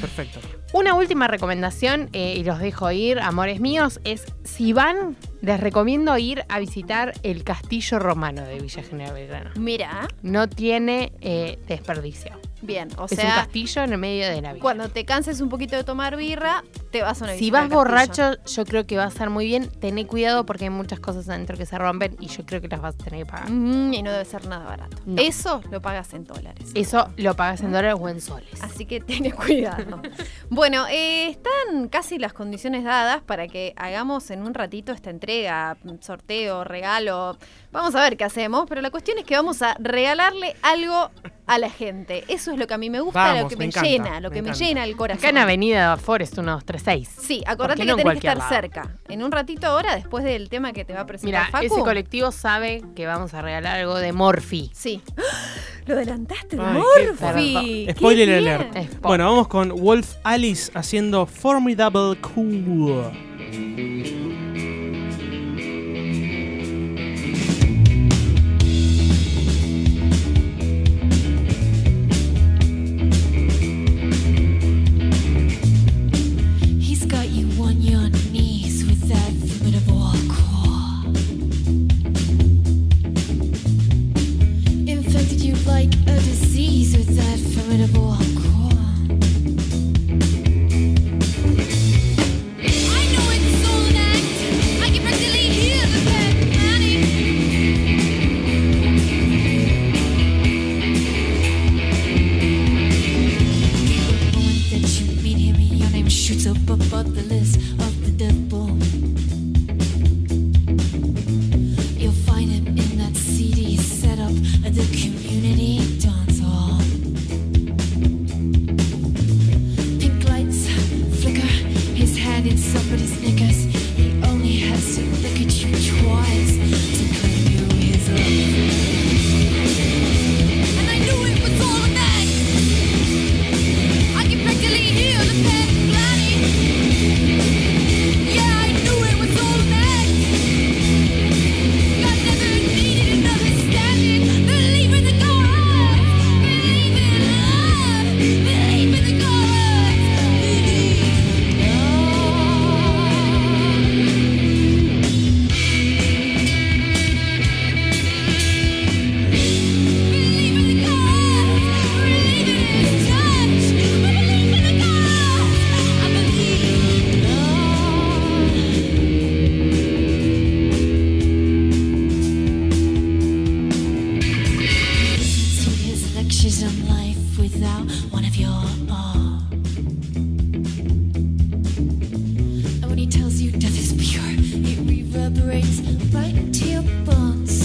B: perfecto.
D: Una última recomendación, eh, y los dejo ir, amores míos, es si van, les recomiendo ir a visitar el castillo romano de Villa General Belgrano.
C: Mira,
D: No tiene eh, desperdicio.
C: bien, o
D: es un
C: sea,
D: castillo en el medio de la vida.
C: cuando te canses un poquito de tomar birra, te vas a una
D: si
C: visita
D: vas
C: al castillo.
D: borracho, yo creo que va a estar muy bien. Tené cuidado porque hay muchas cosas adentro que se rompen y yo creo que las vas a tener que pagar.
C: Mm, y no debe ser nada barato.
D: No.
C: Eso lo pagas en dólares.
D: Eso lo pagas en dólares o en soles.
C: Así que ten cuidado. bueno, eh, están casi las condiciones dadas para que hagamos en un ratito esta entrega, mm, sorteo, regalo. Vamos a ver qué hacemos, pero la cuestión es que vamos a regalarle algo a la gente. Eso es lo que a mí me gusta, lo
B: Vamos,
C: que me,
B: me encanta,
C: llena, lo
B: me
C: que me,
B: encanta.
C: llena el corazón.
D: Acá en Avenida Forest 1236.
C: Sí, acordate
D: Porque
C: que
D: no en
C: tenés que
D: cualquier
C: estar
D: lado.
C: cerca. En un ratito ahora, después del tema que te va a presentar
D: Mira,
C: Facu.
D: ese colectivo sabe que vamos a regalar algo de Morphy.
C: Sí. Lo adelantaste,
B: Ay, qué
C: Morphy. ¡Qué
B: Spoiler
C: bien!
B: alert.
D: Spoiler.
B: Bueno, vamos con Wolf Alice haciendo Formidable Cool.
I: He's got you on your knees with that formidable core. Infected you like a disease with that formidable core. I know it's all an act. I can practically hear the bad panic. moment that you meet him, your name shoots up above the list of the devil. You'll find him in that CD setup at the community dance hall. Pink lights flicker, his head in somebody's knickers. He only has to look at you twice to claim you his love. And I knew it was all a act. I can practically hear the pet planning. Yeah, I knew it was all mad. God never needed another standing. Believe in the God. Believe in love. Believe in the God. Believe in love. Believe in the gods. Believe in His touch. I believe in the gods. I believe in love. Listen to his lectures on life without one of your own. And when he tells you death is pure, it reverberates right into your bones.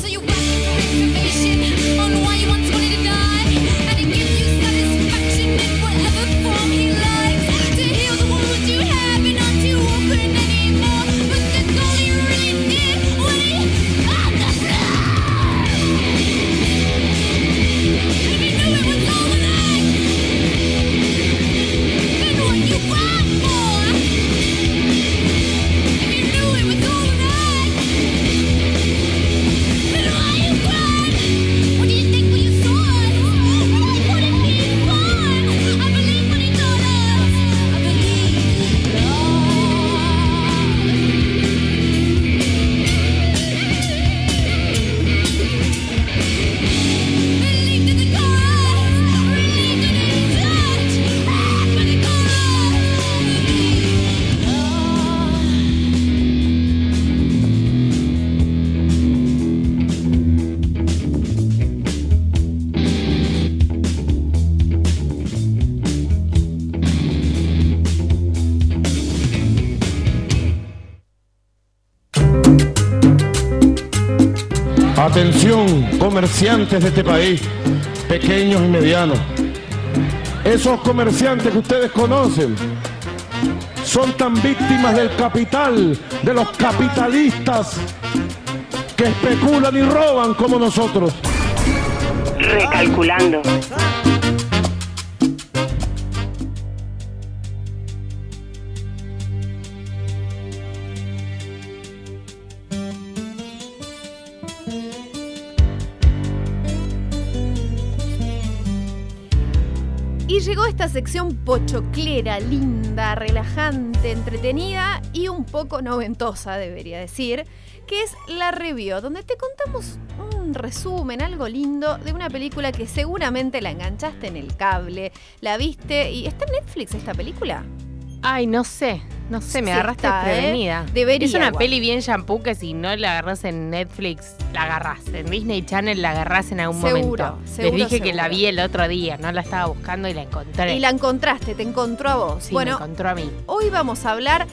I: So you ask for information on why you once wanted to die, and it gives you satisfaction in whatever form he likes. To heal the wounds you have, and not to open it anymore. But that's all he really did when he had the blood. And he knew it was all an act. Then what you want for? And he knew it was all an act. But why you cried? What do you think when you saw us? Life wouldn't be fun. I believe what he told us. I believe in love. Believed in the cause. Believed in his touch. Believed in the cause. Believed in love.
J: Atención, comerciantes de este país, pequeños y medianos. Esos comerciantes que ustedes conocen, son tan víctimas del capital, de los capitalistas que especulan y roban como nosotros.
K: Recalculando.
C: Y llegó esta sección pochoclera, linda, relajante, entretenida y un poco noventosa, debería decir, que es la review, donde te contamos un resumen, algo lindo, de una película que seguramente la enganchaste en el cable, la viste y está en Netflix esta película.
D: Ay, no sé. No sé, me
C: Sí
D: agarraste
C: está, ¿eh?
D: prevenida.
C: Debería,
D: Es una
C: igual.
D: peli bien shampoo que si no la agarras en Netflix, la agarras. En Disney Channel la agarras en algún
C: Seguro,
D: momento.
C: seguro,
D: Les dije que la
C: seguro.
D: vi el otro día, no la estaba buscando y la encontré.
C: Y la encontraste, te encontró a vos.
D: Sí,
C: bueno,
D: me encontró a mí.
C: hoy vamos a hablar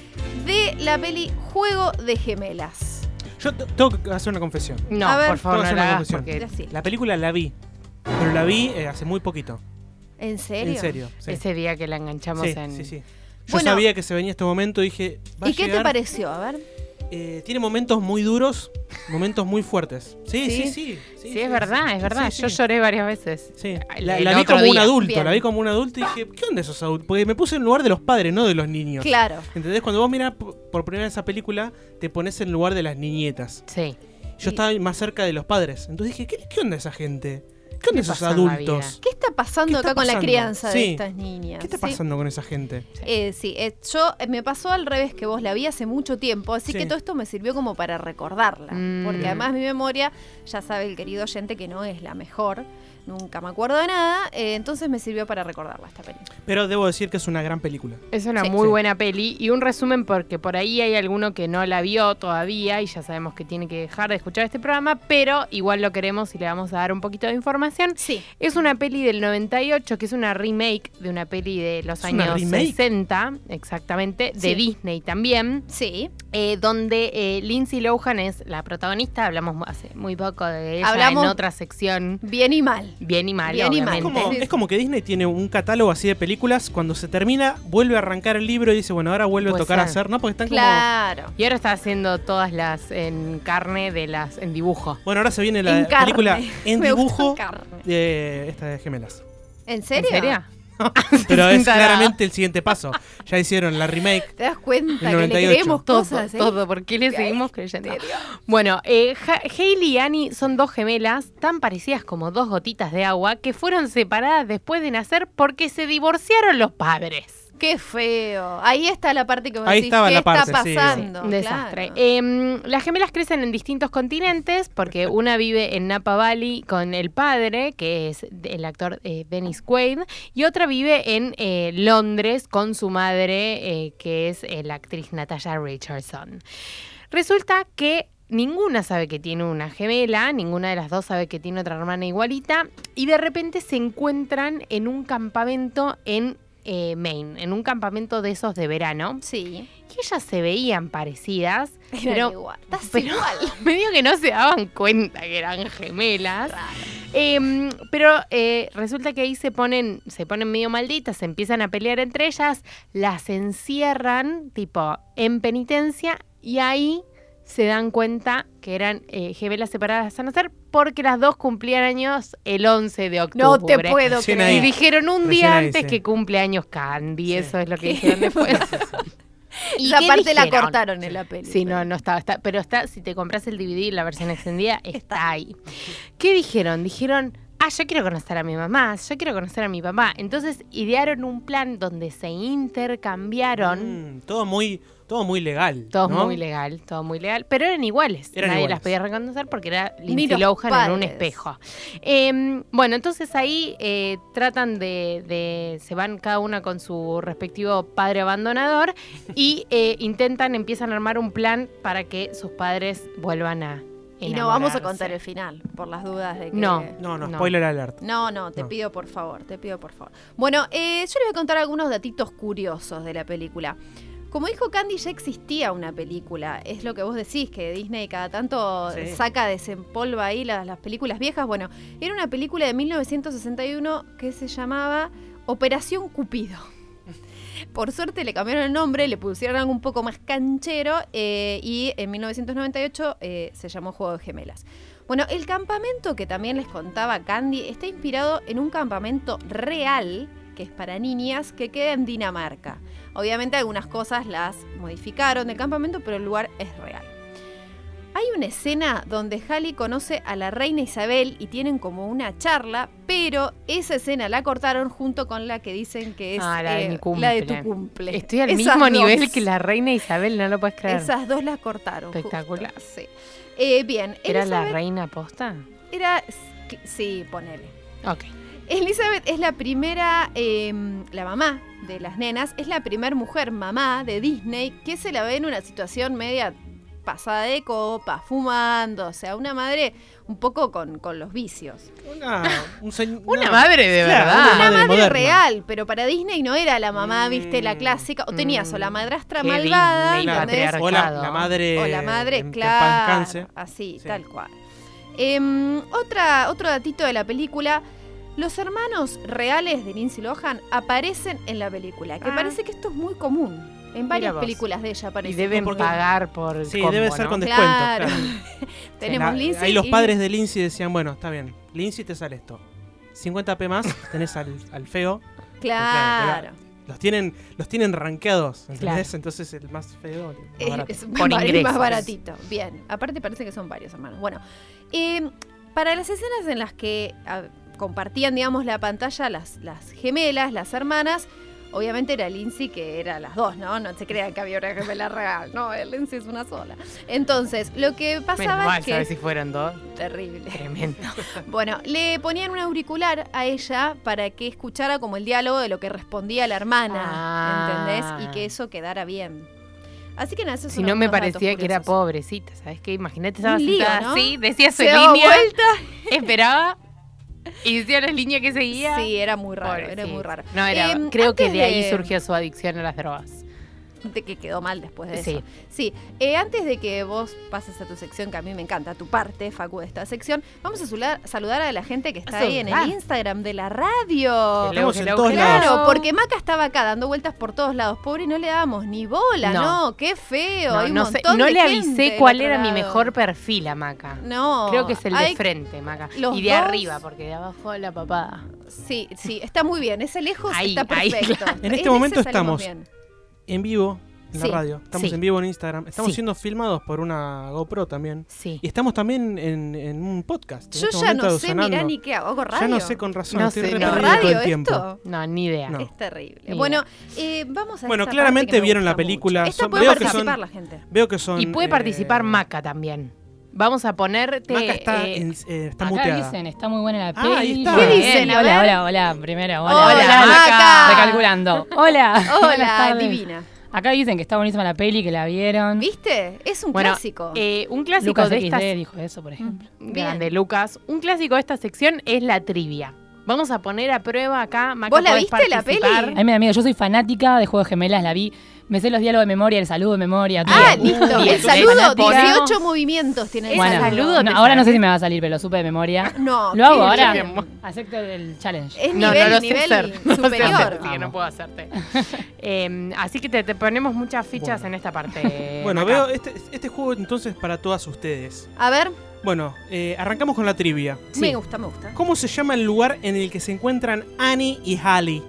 C: de la peli Juego de Gemelas.
B: Yo t- tengo que hacer una confesión.
D: No,
C: A ver.
D: por favor,
B: Vamos
D: no
B: a hacer una
D: la hagas
B: conclusión.
D: porque...
C: Así.
B: La película la vi, pero la vi eh, hace muy poquito.
C: ¿En serio?
B: En serio. sí.
D: Ese día que la enganchamos
B: Sí,
D: en...
B: sí, sí. Yo
C: Bueno.
B: sabía que se venía este momento, dije. va a
C: ¿Y qué te
B: llegar.
C: pareció? A ver.
B: Eh, tiene momentos muy duros, momentos muy fuertes.
C: Sí.
B: Sí, sí, sí. Sí,
D: Sí,
B: sí,
D: es verdad, es verdad.
B: Sí,
D: Yo
B: sí.
D: lloré varias veces.
B: Sí.
D: El-
B: La,
D: el
B: la vi
D: otro
B: como un
D: día.
B: adulto,
C: Bien.
B: la vi como un adulto y dije, ¿qué onda esos adultos? Porque me puse en lugar de los padres, no de los niños.
C: Claro.
B: ¿Entendés? Cuando vos mirás p- por primera vez esa película, te pones en lugar de las niñetas.
D: Sí.
B: Yo
C: Y-
B: estaba más cerca de los padres. Entonces dije, ¿qué, qué onda esa gente? ¿Qué onda
D: ¿Qué
B: esos
D: pasa en la
B: adultos?
C: ¿Qué está pasando
B: ¿Qué está
C: acá con la
B: pasando?
C: crianza de
B: Sí.
C: estas niñas?
B: ¿Qué está
C: Sí.
B: pasando con esa gente?
C: Eh, sí, eh, yo eh, me pasó al revés que vos la vi hace mucho tiempo, así
B: Sí.
C: que todo esto me sirvió como para recordarla,
D: Mm.
C: porque además mi memoria, ya sabe el querido oyente que no es la mejor, nunca me acuerdo de nada, eh, entonces me sirvió para recordarla esta película.
B: Pero debo decir que es una gran película.
D: Es una
C: Sí.
D: muy
B: Sí.
D: buena peli y un resumen porque por ahí hay alguno que no la vio todavía y ya sabemos que tiene que dejar de escuchar este programa, pero igual lo queremos y le vamos a dar un poquito de información.
C: Sí,
D: Es una peli del 98 que es una remake de una peli de los
B: ¿Es una
D: años
B: remake?
D: 60, exactamente, de
C: Sí.
D: Disney también,
C: sí.
D: eh, donde eh, Lindsay Lohan es la protagonista. Hablamos hace muy poco de ella
C: Hablamos-
D: en otra sección.
C: Bien y mal.
D: Bien y mal,
C: Bien y mal.
B: Es
D: obviamente.
B: como,
C: Sí.
B: es como que Disney tiene un catálogo así de películas. Cuando se termina, vuelve a arrancar el libro y dice, bueno, ahora vuelve
D: Puede
B: a tocar
D: ser.
B: hacer, ¿no? Porque están
C: Claro.
D: Y ahora está haciendo todas las en carne de las en dibujo.
B: como. Bueno, ahora se viene la
C: en carne.
B: película en
C: Me gustó
B: dibujo
C: en carne.
B: de esta de gemelas.
C: ¿En serio?
D: ¿En serio?
B: Pero es
D: Tarado.
B: claramente el siguiente paso. Ya hicieron la remake.
C: ¿Te das cuenta
B: El
C: que le
B: 98.
C: creemos
D: Todo,
C: cosas? eh?
D: todo, ¿por qué le seguimos creyendo? Bueno, eh, Ha- Hailey y Annie son dos gemelas tan parecidas como dos gotitas de agua que fueron separadas después de nacer porque se divorciaron los padres.
C: Qué feo. Ahí está la parte que vos
B: Ahí
C: decís,
B: estaba
C: ¿qué
B: la
C: está
B: parte, sí, sí.
C: pasando?
D: Un desastre.
C: Claro.
D: Eh, las gemelas crecen en distintos continentes porque una vive en Napa Valley con el padre, que es el actor eh, Dennis Quaid, y otra vive en eh, Londres con su madre, eh, que es eh, la actriz Natasha Richardson. Resulta que ninguna sabe que tiene una gemela, ninguna de las dos sabe que tiene otra hermana igualita, y de repente se encuentran en un campamento en eh, Maine, en un campamento de esos de verano,
C: Sí.
D: y ellas se veían parecidas,
C: Eran
D: pero
C: igual. Estás
D: pero-
C: igual.
D: medio que no se daban cuenta que eran gemelas. Em, pero eh, resulta que ahí se ponen, se ponen medio malditas, se empiezan a pelear entre ellas, las encierran, tipo, en penitencia, y ahí se dan cuenta que eran eh, gemelas separadas a nacer porque las dos cumplían años el 11 de octubre.
C: No te puedo
B: Recién
C: creer.
B: ahí.
D: Y dijeron un
B: Recién
D: día
B: ahí,
D: antes
B: sí.
D: que cumple años Candy,
B: Sí.
D: eso es lo que dijeron después. ¿Y
C: la
D: qué
C: parte la
D: dijeron?
C: cortaron en la peli.
D: Sí, no, no estaba. está- pero está, si te compras el DVD, la versión extendida, está ahí. ¿Qué dijeron? Dijeron, ah, yo quiero conocer a mi mamá, yo quiero conocer a mi papá. Entonces idearon un plan donde se intercambiaron.
B: Mm, todo muy, todo muy legal.
D: Todo
B: ¿no?
D: muy legal, todo muy legal. Pero eran iguales.
B: Eran
D: Nadie
B: iguales.
D: las podía reconocer porque era
C: Ni
D: Lindsay
C: los
D: Lohan en un
C: padres.
D: espejo. Eh, bueno, entonces ahí eh, tratan de, de- Se van cada una con su respectivo padre abandonador y eh, intentan, empiezan a armar un plan para que sus padres vuelvan a.
C: Y no vamos a contar el
D: enamorarse.
C: final, por las dudas de que.
D: No.
B: No, no,
D: No.
B: spoiler alert.
C: No, no, te
B: No.
C: pido por favor, te pido por favor. Bueno, eh, yo les voy a contar algunos datitos curiosos de la película. Como dijo Candy, ya existía una película. Es lo que vos decís, que Disney cada tanto
B: Sí.
C: saca, desempolva ahí las, las películas viejas. Bueno, era una película de 1961 que se llamaba Operación Cupido. Por suerte le cambiaron el nombre, le pusieron algo un poco más canchero eh, y en 1998 eh, se llamó Juego de Gemelas. Bueno, el campamento que también les contaba Candy está inspirado en un campamento real que es para niñas que queda en Dinamarca. Obviamente algunas cosas las modificaron del campamento, pero el lugar es real. Hay una escena donde Halley conoce a la reina Isabel y tienen como una charla, pero esa escena la cortaron junto con la que dicen que es eh,
D: Ah, la de mi cumple.
C: la de tu cumple.
D: Estoy al
C: Esas
D: mismo
C: dos.
D: nivel que la reina Isabel, no lo puedes creer.
C: Esas dos las cortaron. justo,
D: Espectacular.
C: sí. Eh, bien,
D: ¿Era la
C: Elizabeth
D: reina posta?
C: Era, sí, ponele.
D: Ok.
C: Elizabeth es la primera, eh, la mamá de las nenas, es la primera mujer mamá de Disney que se la ve en una situación media pasada de copa, fumando, o sea, una madre un poco con, con los vicios.
B: Una, un señ-
D: Una madre de verdad.
C: Una
D: Madre
C: madre
B: moderna.
C: real, pero para Disney no era la mamá,
B: Mm.
C: viste, la clásica, o tenías
D: Mm.
C: o la madrastra
D: Qué
C: malvada,
D: Disney
B: Claro.
C: ¿entendés?
B: O la,
D: patriarcado.
B: la madre.
C: o la madre,
B: Eh, en- que en paz
C: claro.
B: descanse.
C: Así,
B: Sí.
C: tal cual. Em, otra, otro datito de la película. Los hermanos reales de Lindsay Lohan aparecen en la película, que
D: Ah.
C: parece que esto es muy común. En varias
D: vos.
C: películas de ella
D: Y
C: aparecen.
D: deben
B: porque-
D: pagar por el
B: Sí,
D: combo,
B: debe ser
D: ¿no?
B: con descuento.
C: Claro.
B: claro.
C: Tenemos
B: La-
C: Lindsay.
B: Ahí los
C: y-
B: padres de Lindsay decían, bueno, está bien, Lindsay te sale esto. 50p más, tenés al, al feo.
C: Claro.
B: Los tienen, los tienen rankeados, ¿entendés?
D: Claro.
B: Entonces el más feo. el más
C: Eh, Es-
B: barato.
C: Es,
D: Por
C: más-
D: ingresos.
C: más baratito. Bien. Aparte parece que son varios hermanos. Bueno. eh, para las escenas en las que ah, compartían, digamos, la pantalla las, las gemelas, las hermanas, obviamente era Lindsay que era las dos, ¿no? No se crean que había una gemela real. No, Lindsay es una sola. Entonces, lo que
D: Menos
C: pasaba
D: mal,
C: es que...
D: ¿sabes si fueron dos?
C: Terrible.
D: Tremendo.
C: Bueno, le ponían un auricular a ella para que escuchara como el diálogo de lo que respondía la hermana,
D: Ah.
C: ¿entendés? Y que eso quedara bien. Así que nada, esos
D: Si
C: son
D: no me
C: algunos datos
D: parecía que era
C: curiosos.
D: pobrecita, ¿sabes qué? Imagínate, estaba
C: Un lío,
D: sentada
C: ¿no?
D: así, decía su
C: Se daba
D: línea,
C: vuelta.
D: esperaba y decía la línea que seguía.
C: Sí, era muy raro, era
D: Pobrecita.
C: muy raro.
D: No, era,
C: Em,
D: creo que de,
C: antes mm,
D: ahí surgió su adicción a las drogas.
C: De que quedó mal después de
D: Sí.
C: eso. Sí, eh, antes de que vos pases a tu sección, que a mí me encanta, a tu parte, Facu, de esta sección, vamos a sula- saludar a la gente que está ahí en
D: Saludar.
C: el Instagram de la radio.
B: Estamos
D: Hello,
B: en
D: hello,
B: todos
D: hello.
B: lados.
C: Claro, porque Maca estaba acá dando vueltas por todos lados, pobre, y no le dábamos ni bola, no,
D: No.
C: qué feo.
D: No,
C: hay un
D: no sé,
C: montón
D: no
C: de
D: le
C: gente
D: avisé
C: del
D: cuál
C: otro
D: era mi
C: lado.
D: mejor perfil a Maca.
C: No,
D: Creo que es el
C: hay-
D: de frente, Maca.
C: los
D: Y de
C: dos-
D: arriba, porque de abajo la papada.
C: Sí, sí, está muy bien, ese lejos
D: Ahí,
C: está
D: ahí,
C: perfecto.
D: claro.
B: En este
C: ese
B: momento
C: salimos
B: estamos.
C: bien.
B: En vivo, en
C: Sí,
B: la radio. Estamos
D: sí.
B: en vivo en Instagram. Estamos
D: Sí.
B: siendo filmados por una GoPro también.
D: Sí.
B: Y estamos también en, en un podcast. En
C: Yo
B: este
C: ya
B: momento
C: no sé, mirá
B: sonando.
C: ni qué hago, hago radio.
B: Ya no sé con razón,
D: No
B: estoy
D: sé,
B: re
D: ¿no?
B: perdido
D: ¿Radio
B: todo el
C: esto?
B: tiempo.
D: No, ni idea.
B: No.
C: Es terrible.
D: Mira.
C: Bueno, eh, vamos a
B: Bueno,
C: esta
B: claramente
C: parte que me
B: vieron
C: gusta
B: la película,
C: mucho. Esta
B: son-
C: puede
B: veo que
C: participar
B: son-
C: la gente.
B: Veo que son.
D: Y puede
B: eh,
D: participar Maca también. Vamos a ponerte.
B: Maca está,
D: eh,
B: en- eh, está
K: Acá
B: muteada.
K: dicen, está muy buena la
B: Ah,
K: peli.
B: ahí está.
C: ¿Qué
K: Bien,
C: dicen? A
K: Hola,
C: ver.
K: hola, hola. Primero, hola.
C: Hola, Maca.
K: Recalculando. Hola. buenas
C: Hola,
K: tardes.
C: divina.
K: Acá dicen que está buenísima la peli, que la vieron.
C: ¿Viste? Es un
D: bueno,
C: clásico.
D: eh, un clásico
K: Lucas
D: de
K: XD
D: estas
K: dijo eso, por ejemplo.
D: Grande Lucas. Un clásico de esta sección es la trivia. Vamos a poner a prueba acá. Maca,
C: ¿Vos la
D: podés
C: viste la
D: participar.
K: A
C: peli?
K: mí me da miedo. Yo soy fanática de Juegos de Gemelas, la vi. Me sé los diálogos de memoria, el saludo de memoria. todo.
C: ah, listo.
D: bien.
C: el saludo,
D: Ponemos-
C: 18 movimientos tiene el
D: Bueno.
C: saludo.
D: saludo
K: no,
D: te
K: ahora no
D: sabes.
K: sé si me va a salir, pero lo supe de memoria.
C: No,
K: ¿Lo hago
C: qué
K: ahora?
C: bien.
K: Acepto el challenge.
C: Es nivel,
D: No, no lo sé
C: nivel
D: hacer. No sé hacer,
C: superior.
D: así que no puedo hacerte. Eh, así que te, te ponemos muchas fichas
B: Bueno.
D: en esta parte.
B: Bueno,
D: Maca.
B: veo este, este juego entonces para todas ustedes.
C: A ver,
B: Bueno, eh, arrancamos con la trivia.
C: me gusta, me gusta.
B: ¿Cómo se llama el lugar en el que se encuentran Annie y Hallie?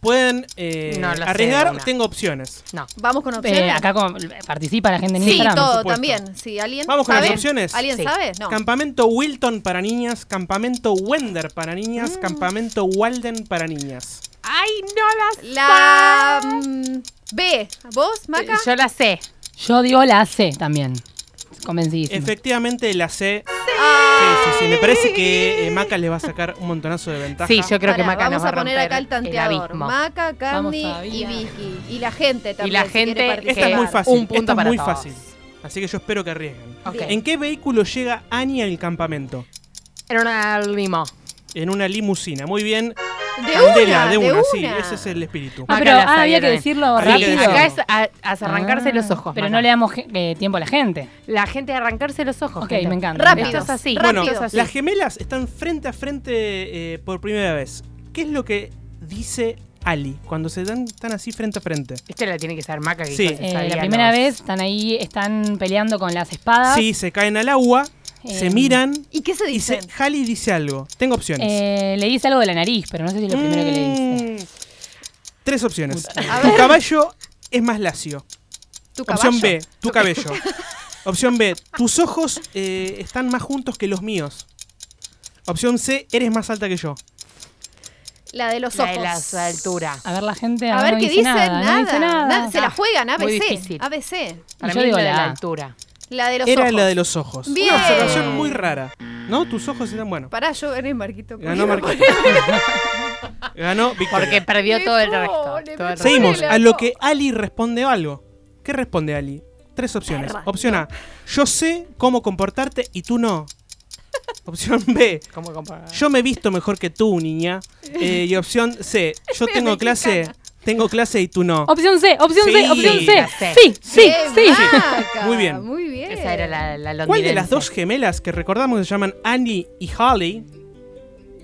B: Pueden eh,
D: No, la sé de
B: arriesgar,
D: una.
B: tengo opciones.
D: No.
C: Vamos con opciones.
K: Eh, acá como- participa la gente en
C: sí,
K: Instagram.
C: todo
B: supuesto.
C: también. Sí, ¿alguien
B: Vamos con las
C: sabe?
B: opciones.
C: ¿Alguien
D: Sí.
C: sabe? No.
B: Campamento Wilton para niñas, campamento Wender para niñas,
D: Mm.
B: campamento Walden para niñas.
D: ¡Ay, no la
C: La mm, B. ¿Vos, Maca?
D: Yo la sé.
K: Yo digo la C también. Convencidísima.
B: Efectivamente la C. Sí,
C: Ah,
B: sí, sí. Me parece que eh, Maca les va a sacar un montonazo de ventaja.
D: Sí, yo creo que
C: Pará,
D: Maca
C: vamos
D: nos va
C: a poner
D: romper
C: acá el
D: el
C: tanteador.
D: abismo.
C: Maca, Candy
K: Vamos todavía.
C: y Vicky. Y la gente
D: y
C: también.
D: la
C: si quiere
D: gente.
C: participar.
B: Esta es muy fácil,
D: Un punto
B: esta es
D: para
B: muy
D: todos.
B: fácil. Así que yo espero que arriesguen.
D: Ok.
C: Bien.
B: ¿En qué vehículo llega Annie al campamento?
D: Era una limo.
K: Ah,
B: En una limusina. Muy bien.
C: De
B: Candela,
C: una,
B: de una, sí,
C: una.
B: ese es el espíritu.
K: Ah,
D: Maca
K: pero
D: la
K: ah,
D: sabía
K: había que
D: también.
K: decirlo
B: Había que
K: rápido.
D: Acá
B: decirlo.
D: es a, a- a arrancarse
K: Ah,
D: los ojos.
K: Pero
D: Maca.
K: no le damos ge- eh, tiempo a la gente.
D: La gente arrancarse los ojos.
K: Ok,
D: gente.
K: me encanta.
C: Rápido.
D: Esto es así.
B: Bueno,
D: esto es así.
B: las gemelas están frente a frente eh, por primera vez. ¿Qué es lo que dice Ali, cuando se dan tan así frente a frente.
D: Esta la tiene que ser Maca que
B: Sí.
D: quizás
K: Eh,
D: está
K: la
D: guiando.
K: primera vez están ahí, están peleando con las
H: Ah.
K: espadas.
B: Sí, se caen al agua, se
K: Eh,
B: miran
C: ¿Y qué se
B: y se,
C: dicen?
B: Halley dice algo. Tengo opciones.
K: Eh, le dice algo de la nariz, pero no sé si es lo primero que le dice.
B: Mm, Tres opciones.
C: A
B: Tu
C: ver.
B: caballo es más lacio.
C: ¿Tu caballo?
B: Opción B, tu cabello. Opción B, tus ojos eh, están más juntos que los míos. Opción C, eres más alta que yo.
C: La de los
D: La
C: ojos.
D: de las alturas.
K: A ver la gente.
C: A
K: ah,
C: ver
K: no
C: qué
K: dice
C: dicen. Nada,
K: no dice nada.
C: Nada, Se la
D: Ah,
C: juegan
D: muy
C: ABC.
D: difícil.
C: ABC.
D: Para
K: Yo
D: mí
K: digo
D: la de
K: la
D: la
K: A.
D: altura.
C: La de los
B: Era
C: ojos.
B: la de los ojos.
C: Bien.
B: Una observación muy rara. ¿No? Tus ojos están buenos.
C: Pará, yo gané Marquito.
B: Ganó Marquito. Ganó Victoria.
D: Porque perdió
C: Me
D: todo el
C: pone,
D: resto.
C: me
D: todo el resto.
B: Seguimos.
C: Ponela,
B: A lo
C: no.
B: que Ali responde algo. ¿Qué responde Ali? Tres opciones. Opción A. Yo sé cómo comportarte y tú no. Opción B.
D: ¿Cómo comparar?
B: Yo me visto mejor que tú, niña. Eh, y opción C. Yo
C: Media
B: tengo clase,
C: mexicana.
B: tengo clase y tú no.
K: Opción C, opción
B: Sí.
K: C, opción
D: La C.
K: C. Sí, sí,
C: Bien,
K: sí.
C: Maca,
B: Muy bien.
C: Muy bien.
D: Esa era la, la londinense.
B: ¿Cuál de las dos gemelas que recordamos que se llaman Annie y Holly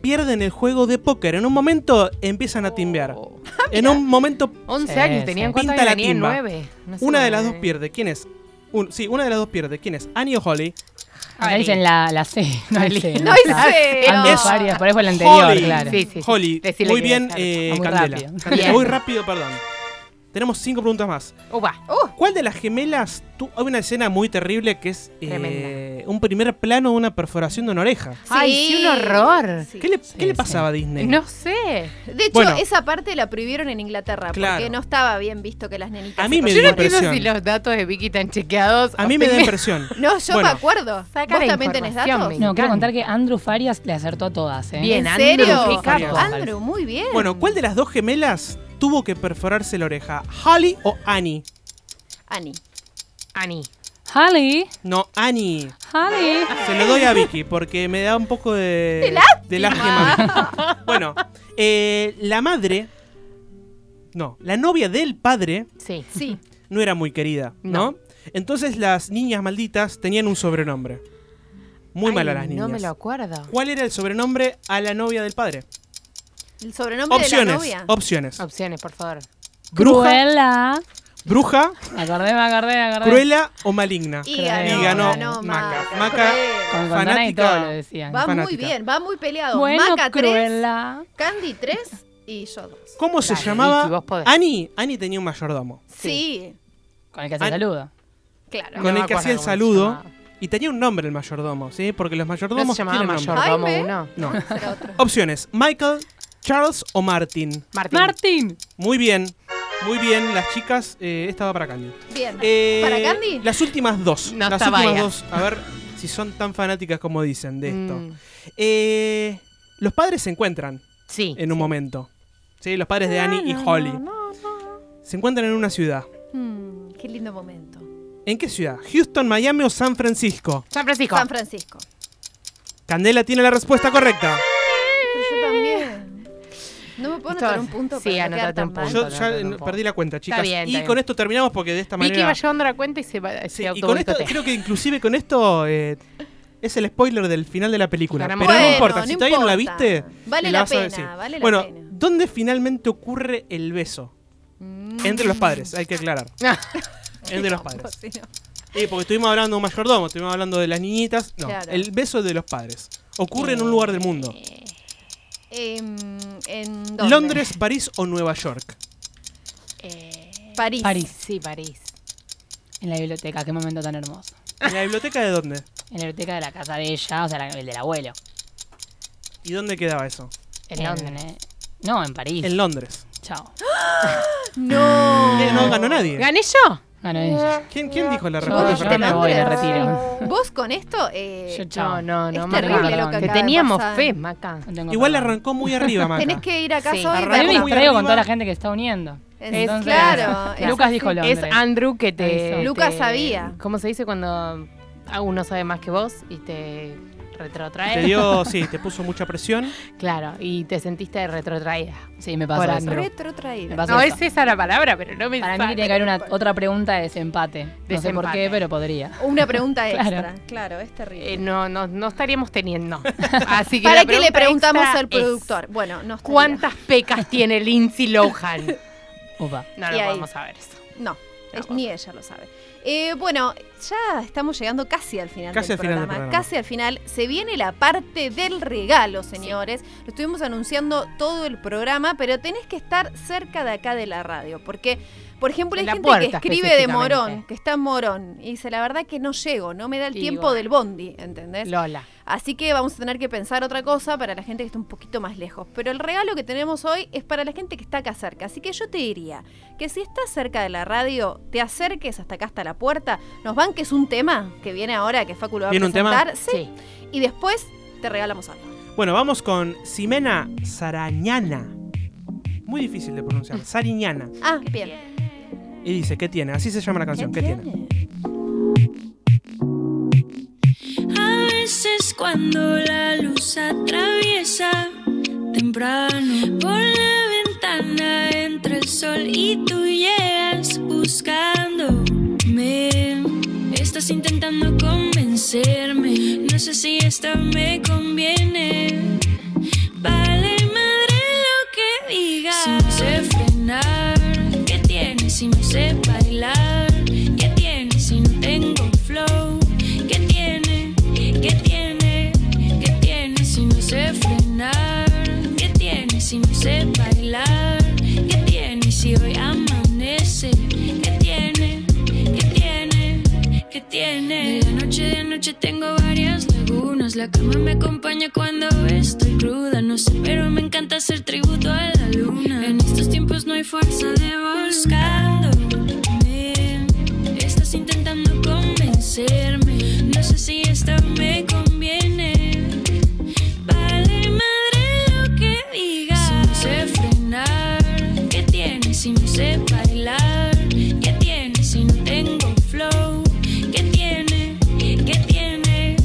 B: pierden el juego de póker? En un momento empiezan a timbear.
D: Oh.
B: En un momento
D: 11
K: Sí,
D: años
K: sí.
D: tenían, ¿cuántos
B: Pinta
D: años
B: la
D: tenían?
B: timba.
D: 9.
B: una de las dos pierde. ¿Quién es? Un- sí, una de las dos pierde. ¿Quién es? Annie o Holly.
K: Ahora dicen la, la C, no el C.
C: No hice.
K: Ah,
C: no.
K: ambas varias, por ahí fue la anterior,
B: Holly.
K: claro.
D: Sí, sí, sí.
B: Holly.
D: Decile
B: Muy
D: que
B: bien,
D: es algo.
B: eh,
K: Muy
B: Candela.
K: rápido.
B: Candela,
D: Bien.
B: Muy rápido, perdón. Tenemos cinco preguntas más.
D: Upa.
K: Oh,
B: ¿Cuál de las gemelas? tu- hay una escena muy terrible que es eh,
D: Tremenda.
B: un primer plano de una perforación de una oreja.
D: Ay, sí, un horror.
C: Sí.
B: ¿Qué le, qué le
K: sí.
B: pasaba a Disney?
D: No sé.
C: De hecho,
B: Bueno.
C: esa parte la prohibieron en Inglaterra
B: Claro.
C: porque no estaba bien visto que las nenitas.
B: A mí
C: se
B: me
D: Yo no
B: dio
C: pasaran.
D: entiendo si
B: impresión.
D: los datos de Vicky están chequeados.
B: A mí me da impresión.
C: No, yo
B: Bueno.
C: me acuerdo.
D: Saca
C: ¿Vos
D: la
C: también tenés
D: información, me
C: datos?
K: No, quiero
D: encanta.
K: contar que Andrew Farias le acertó a todas, ¿eh?
D: Bien,
C: ¿En
D: Andrew,
C: serio?
D: qué capo.
C: Andrew, muy bien.
B: Bueno, ¿cuál de las dos gemelas tuvo que perforarse la oreja? ¿Holly o Annie?
C: Ani.
D: Ani.
K: Holly,
B: No, Annie.
K: Holly.
B: Se lo doy a Vicky porque me da un poco de, de lástima. Bueno, eh, la madre, no, la novia del padre
D: Sí.
C: Sí.
B: no era muy querida, ¿no? Entonces las niñas malditas tenían un sobrenombre. Muy
D: Ay,
B: mal a las niñas.
D: No me lo acuerdo.
B: ¿Cuál era el sobrenombre a la novia del padre?
C: El sobrenombre de la
B: Opciones,
C: novia.
B: opciones.
D: Opciones, por favor.
B: Bruja,
K: Cruella.
B: bruja,
K: Me acordé, me acordé, me acordé.
B: cruela o maligna.
C: y
K: Cruella.
C: ganó,
B: Y ganó
C: ganó
B: Maca.
C: Maca.
B: Maca-
C: Cruella.
K: Con Gondana y
B: fanática.
K: todo lo decían.
C: Va muy
B: fanática.
C: bien, va muy peleado.
K: Bueno,
C: Maca 3,
K: Cruella.
C: Candy 3 y yo 2.
B: ¿Cómo se
D: Dale, Vicky,
B: llamaba?
D: vos podés.
B: Ani. Ani tenía un mayordomo.
C: Sí,
K: Con el que hace
B: An-
K: saludo.
C: claro.
B: con
D: No
B: el
D: me
B: que hacía
D: acuerdo cómo
B: el
D: se
B: saludo.
D: llamaba.
B: Y tenía un nombre el mayordomo, ¿sí? Porque los
D: ¿No
B: mayordomos
D: se llamaba
B: tienen nombre.
D: mayordomo
C: Jaime.
D: uno?
B: No.
C: Era otro.
B: Opciones: Michael, Charles o Martin.
D: Martín.
K: Martín.
B: Muy bien. Muy bien, las chicas. eh, esta va para Candy.
C: Bien.
B: Eh,
C: ¿Para Candy?
B: Las últimas dos.
D: No
B: las
D: estaba
B: últimas
D: ella.
B: dos. A ver si son tan fanáticas como dicen de esto.
D: Mm,
B: Eh, los padres se encuentran
D: sí.
B: en un momento. ¿Sí? Los padres de Annie y Holly. Se encuentran en una ciudad.
C: Mm, qué lindo momento.
B: ¿En qué ciudad? ¿Houston, Miami o San Francisco?
D: San Francisco.
C: San Francisco.
B: Candela tiene la respuesta correcta.
C: Pero yo también. No me puedo
D: Esto-
C: anotar un punto
D: sí,
C: para no
D: anotate
C: quedar tan
D: un
C: mal.
D: punto.
B: Yo
D: no,
B: ya
D: no,
B: eh,
D: no,
B: perdí la cuenta, chicas.
D: bien, está
B: y
D: bien.
B: con esto terminamos porque de esta
D: Vicky
B: manera.
D: va llevando la cuenta y se va se
B: Sí, y con esto,
D: autoboicotea.
B: creo que inclusive con esto eh, es el spoiler del final de la película.
D: Ganamos.
B: Pero no
C: Bueno,
B: importa, si
C: no
B: todavía no la
C: importa.
B: viste,
C: Vale
B: me
C: la
B: vas a
C: pena,
B: decir.
C: vale la
B: bueno,
C: pena.
B: ¿dónde finalmente ocurre el beso?
C: Mm.
B: Entre los padres, hay que aclarar. Entre los padres.
C: Sí, no.
B: Eh, porque estuvimos hablando de un mayordomo, estuvimos hablando de las niñitas. No,
C: Claro. Mm.
B: el beso de los padres. Ocurre en un lugar del mundo.
C: Em, ¿En dónde?
B: Londres, París o Nueva York.
C: París.
K: París.
D: Sí, París.
K: En la biblioteca, qué momento tan hermoso.
B: ¿En la biblioteca de dónde?
K: En la biblioteca de la casa de ella, o sea, la- el del abuelo.
B: ¿Y dónde quedaba eso?
D: En Londres.
K: eh, no, en París.
B: En Londres.
K: Chao. Ah.
B: Eh, no ganó nadie.
D: ¿Gané yo?
K: Ganó ella.
B: ¿Quién, quién dijo la
K: Yo,
B: respuesta?
K: yo me
B: Fernanda?
K: voy, la
C: Londres.
K: retiro.
C: Vos con esto. eh,
K: Yo chao.
D: No, no, no.
C: Es
D: Maca,
C: terrible
D: perdón.
C: lo que
D: Te
C: acaba de
D: teníamos
C: pasar.
D: fe, Maca.
K: No tengo
B: Igual
K: perdón.
B: arrancó muy arriba, Maca.
C: tenés que ir a casa
D: Sí.
C: hoy y
K: A mí me
B: Arrancó
C: verla.
B: muy
K: distraigo con
B: arriba.
K: toda la gente que está uniendo.
C: Es-
K: Entonces,
C: claro, es
K: Lucas
C: así.
K: dijo Londres.
D: Es Andrew que te.
K: Ahí está.
C: Lucas
D: te-
C: sabía.
D: ¿Cómo se dice cuando ah, uno sabe más que vos y te retrotraer.
B: Te dio, sí, te puso mucha presión.
D: Claro, y te sentiste retrotraída.
K: Sí, me pasó
D: Por
K: eso.
D: Andrew.
C: Retrotraída.
K: Me pasó
D: No
K: eso.
D: es esa la palabra, pero no me
K: Para mí
D: sale.
K: tiene que haber una otra pregunta de desempate. No sé por
D: Desempate.
K: qué, pero podría.
C: Una pregunta
K: Claro.
C: extra. Claro, es terrible.
D: Eh, no, no, no estaríamos teniendo. Así que
C: ¿Para
D: la
C: qué le
D: pregunta
C: preguntamos
D: extra
C: al
D: es,
C: productor? Bueno, no estaría.
D: ¿Cuántas pecas tiene Lindsay Lohan?
K: Opa.
D: No
C: Y
D: lo
C: ahí.
D: vamos a ver eso.
C: No, es- ni ella lo sabe. Eh, bueno, ya estamos llegando casi al final,
B: Casi
C: del,
B: al final
C: programa.
B: del programa.
C: Casi al final. Se viene la parte del regalo, señores. Lo estuvimos anunciando todo el programa, pero tenés que estar cerca de acá de la radio. Porque, por ejemplo, hay
D: En la
C: gente que
D: puerta,
C: escribe de
D: específicamente.
C: Morón, que está en Morón, y dice, la verdad que no llego, no me da el
D: Y
C: tiempo
D: bueno.
C: del bondi, ¿entendés?
D: Lola.
C: Así que vamos a tener que pensar otra cosa para la gente que está un poquito más lejos. Pero el regalo que tenemos hoy es para la gente que está acá cerca. Así que yo te diría que si estás cerca de la radio, te acerques hasta acá, hasta la puerta, nos banques un tema que viene ahora, que Facu lo va a
B: ¿Viene un tema?
C: presentar. Sí. Y después te regalamos algo.
B: Bueno, vamos con Ximena Sarañana. Muy difícil de pronunciar. Sariñana.
C: Ah, bien.
B: Y dice, ¿qué tiene? Así se llama la canción. ¿Qué, tiene?
H: A veces cuando la luz atraviesa temprano por la ventana entre el sol y tú llegas buscándome. Estás intentando convencerme, no sé si esto me conviene. Vale madre lo que digas. Si no sé frenar, ¿qué tienes? Si no sé bailar, ¿qué tienes? Si no tengo flow. ¿Qué tiene? ¿Qué tiene? ¿Qué tiene si no sé frenar? ¿Qué tiene si no sé bailar? ¿Qué tiene si hoy amanece? ¿Qué tiene? ¿Qué tiene? ¿Qué tiene? De la noche de noche tengo varias lagunas. La cama me acompaña cuando estoy cruda. No sé, pero me encanta hacer tributo a la luna. En estos tiempos no hay fuerza de buscándome. Estás intentando convencerme. No sé si esto me conviene. Vale madre lo que digas. Si no sé frenar, ¿qué tiene? Si no sé bailar, ¿qué tiene? Si no tengo flow, ¿qué tiene? ¿Qué tiene?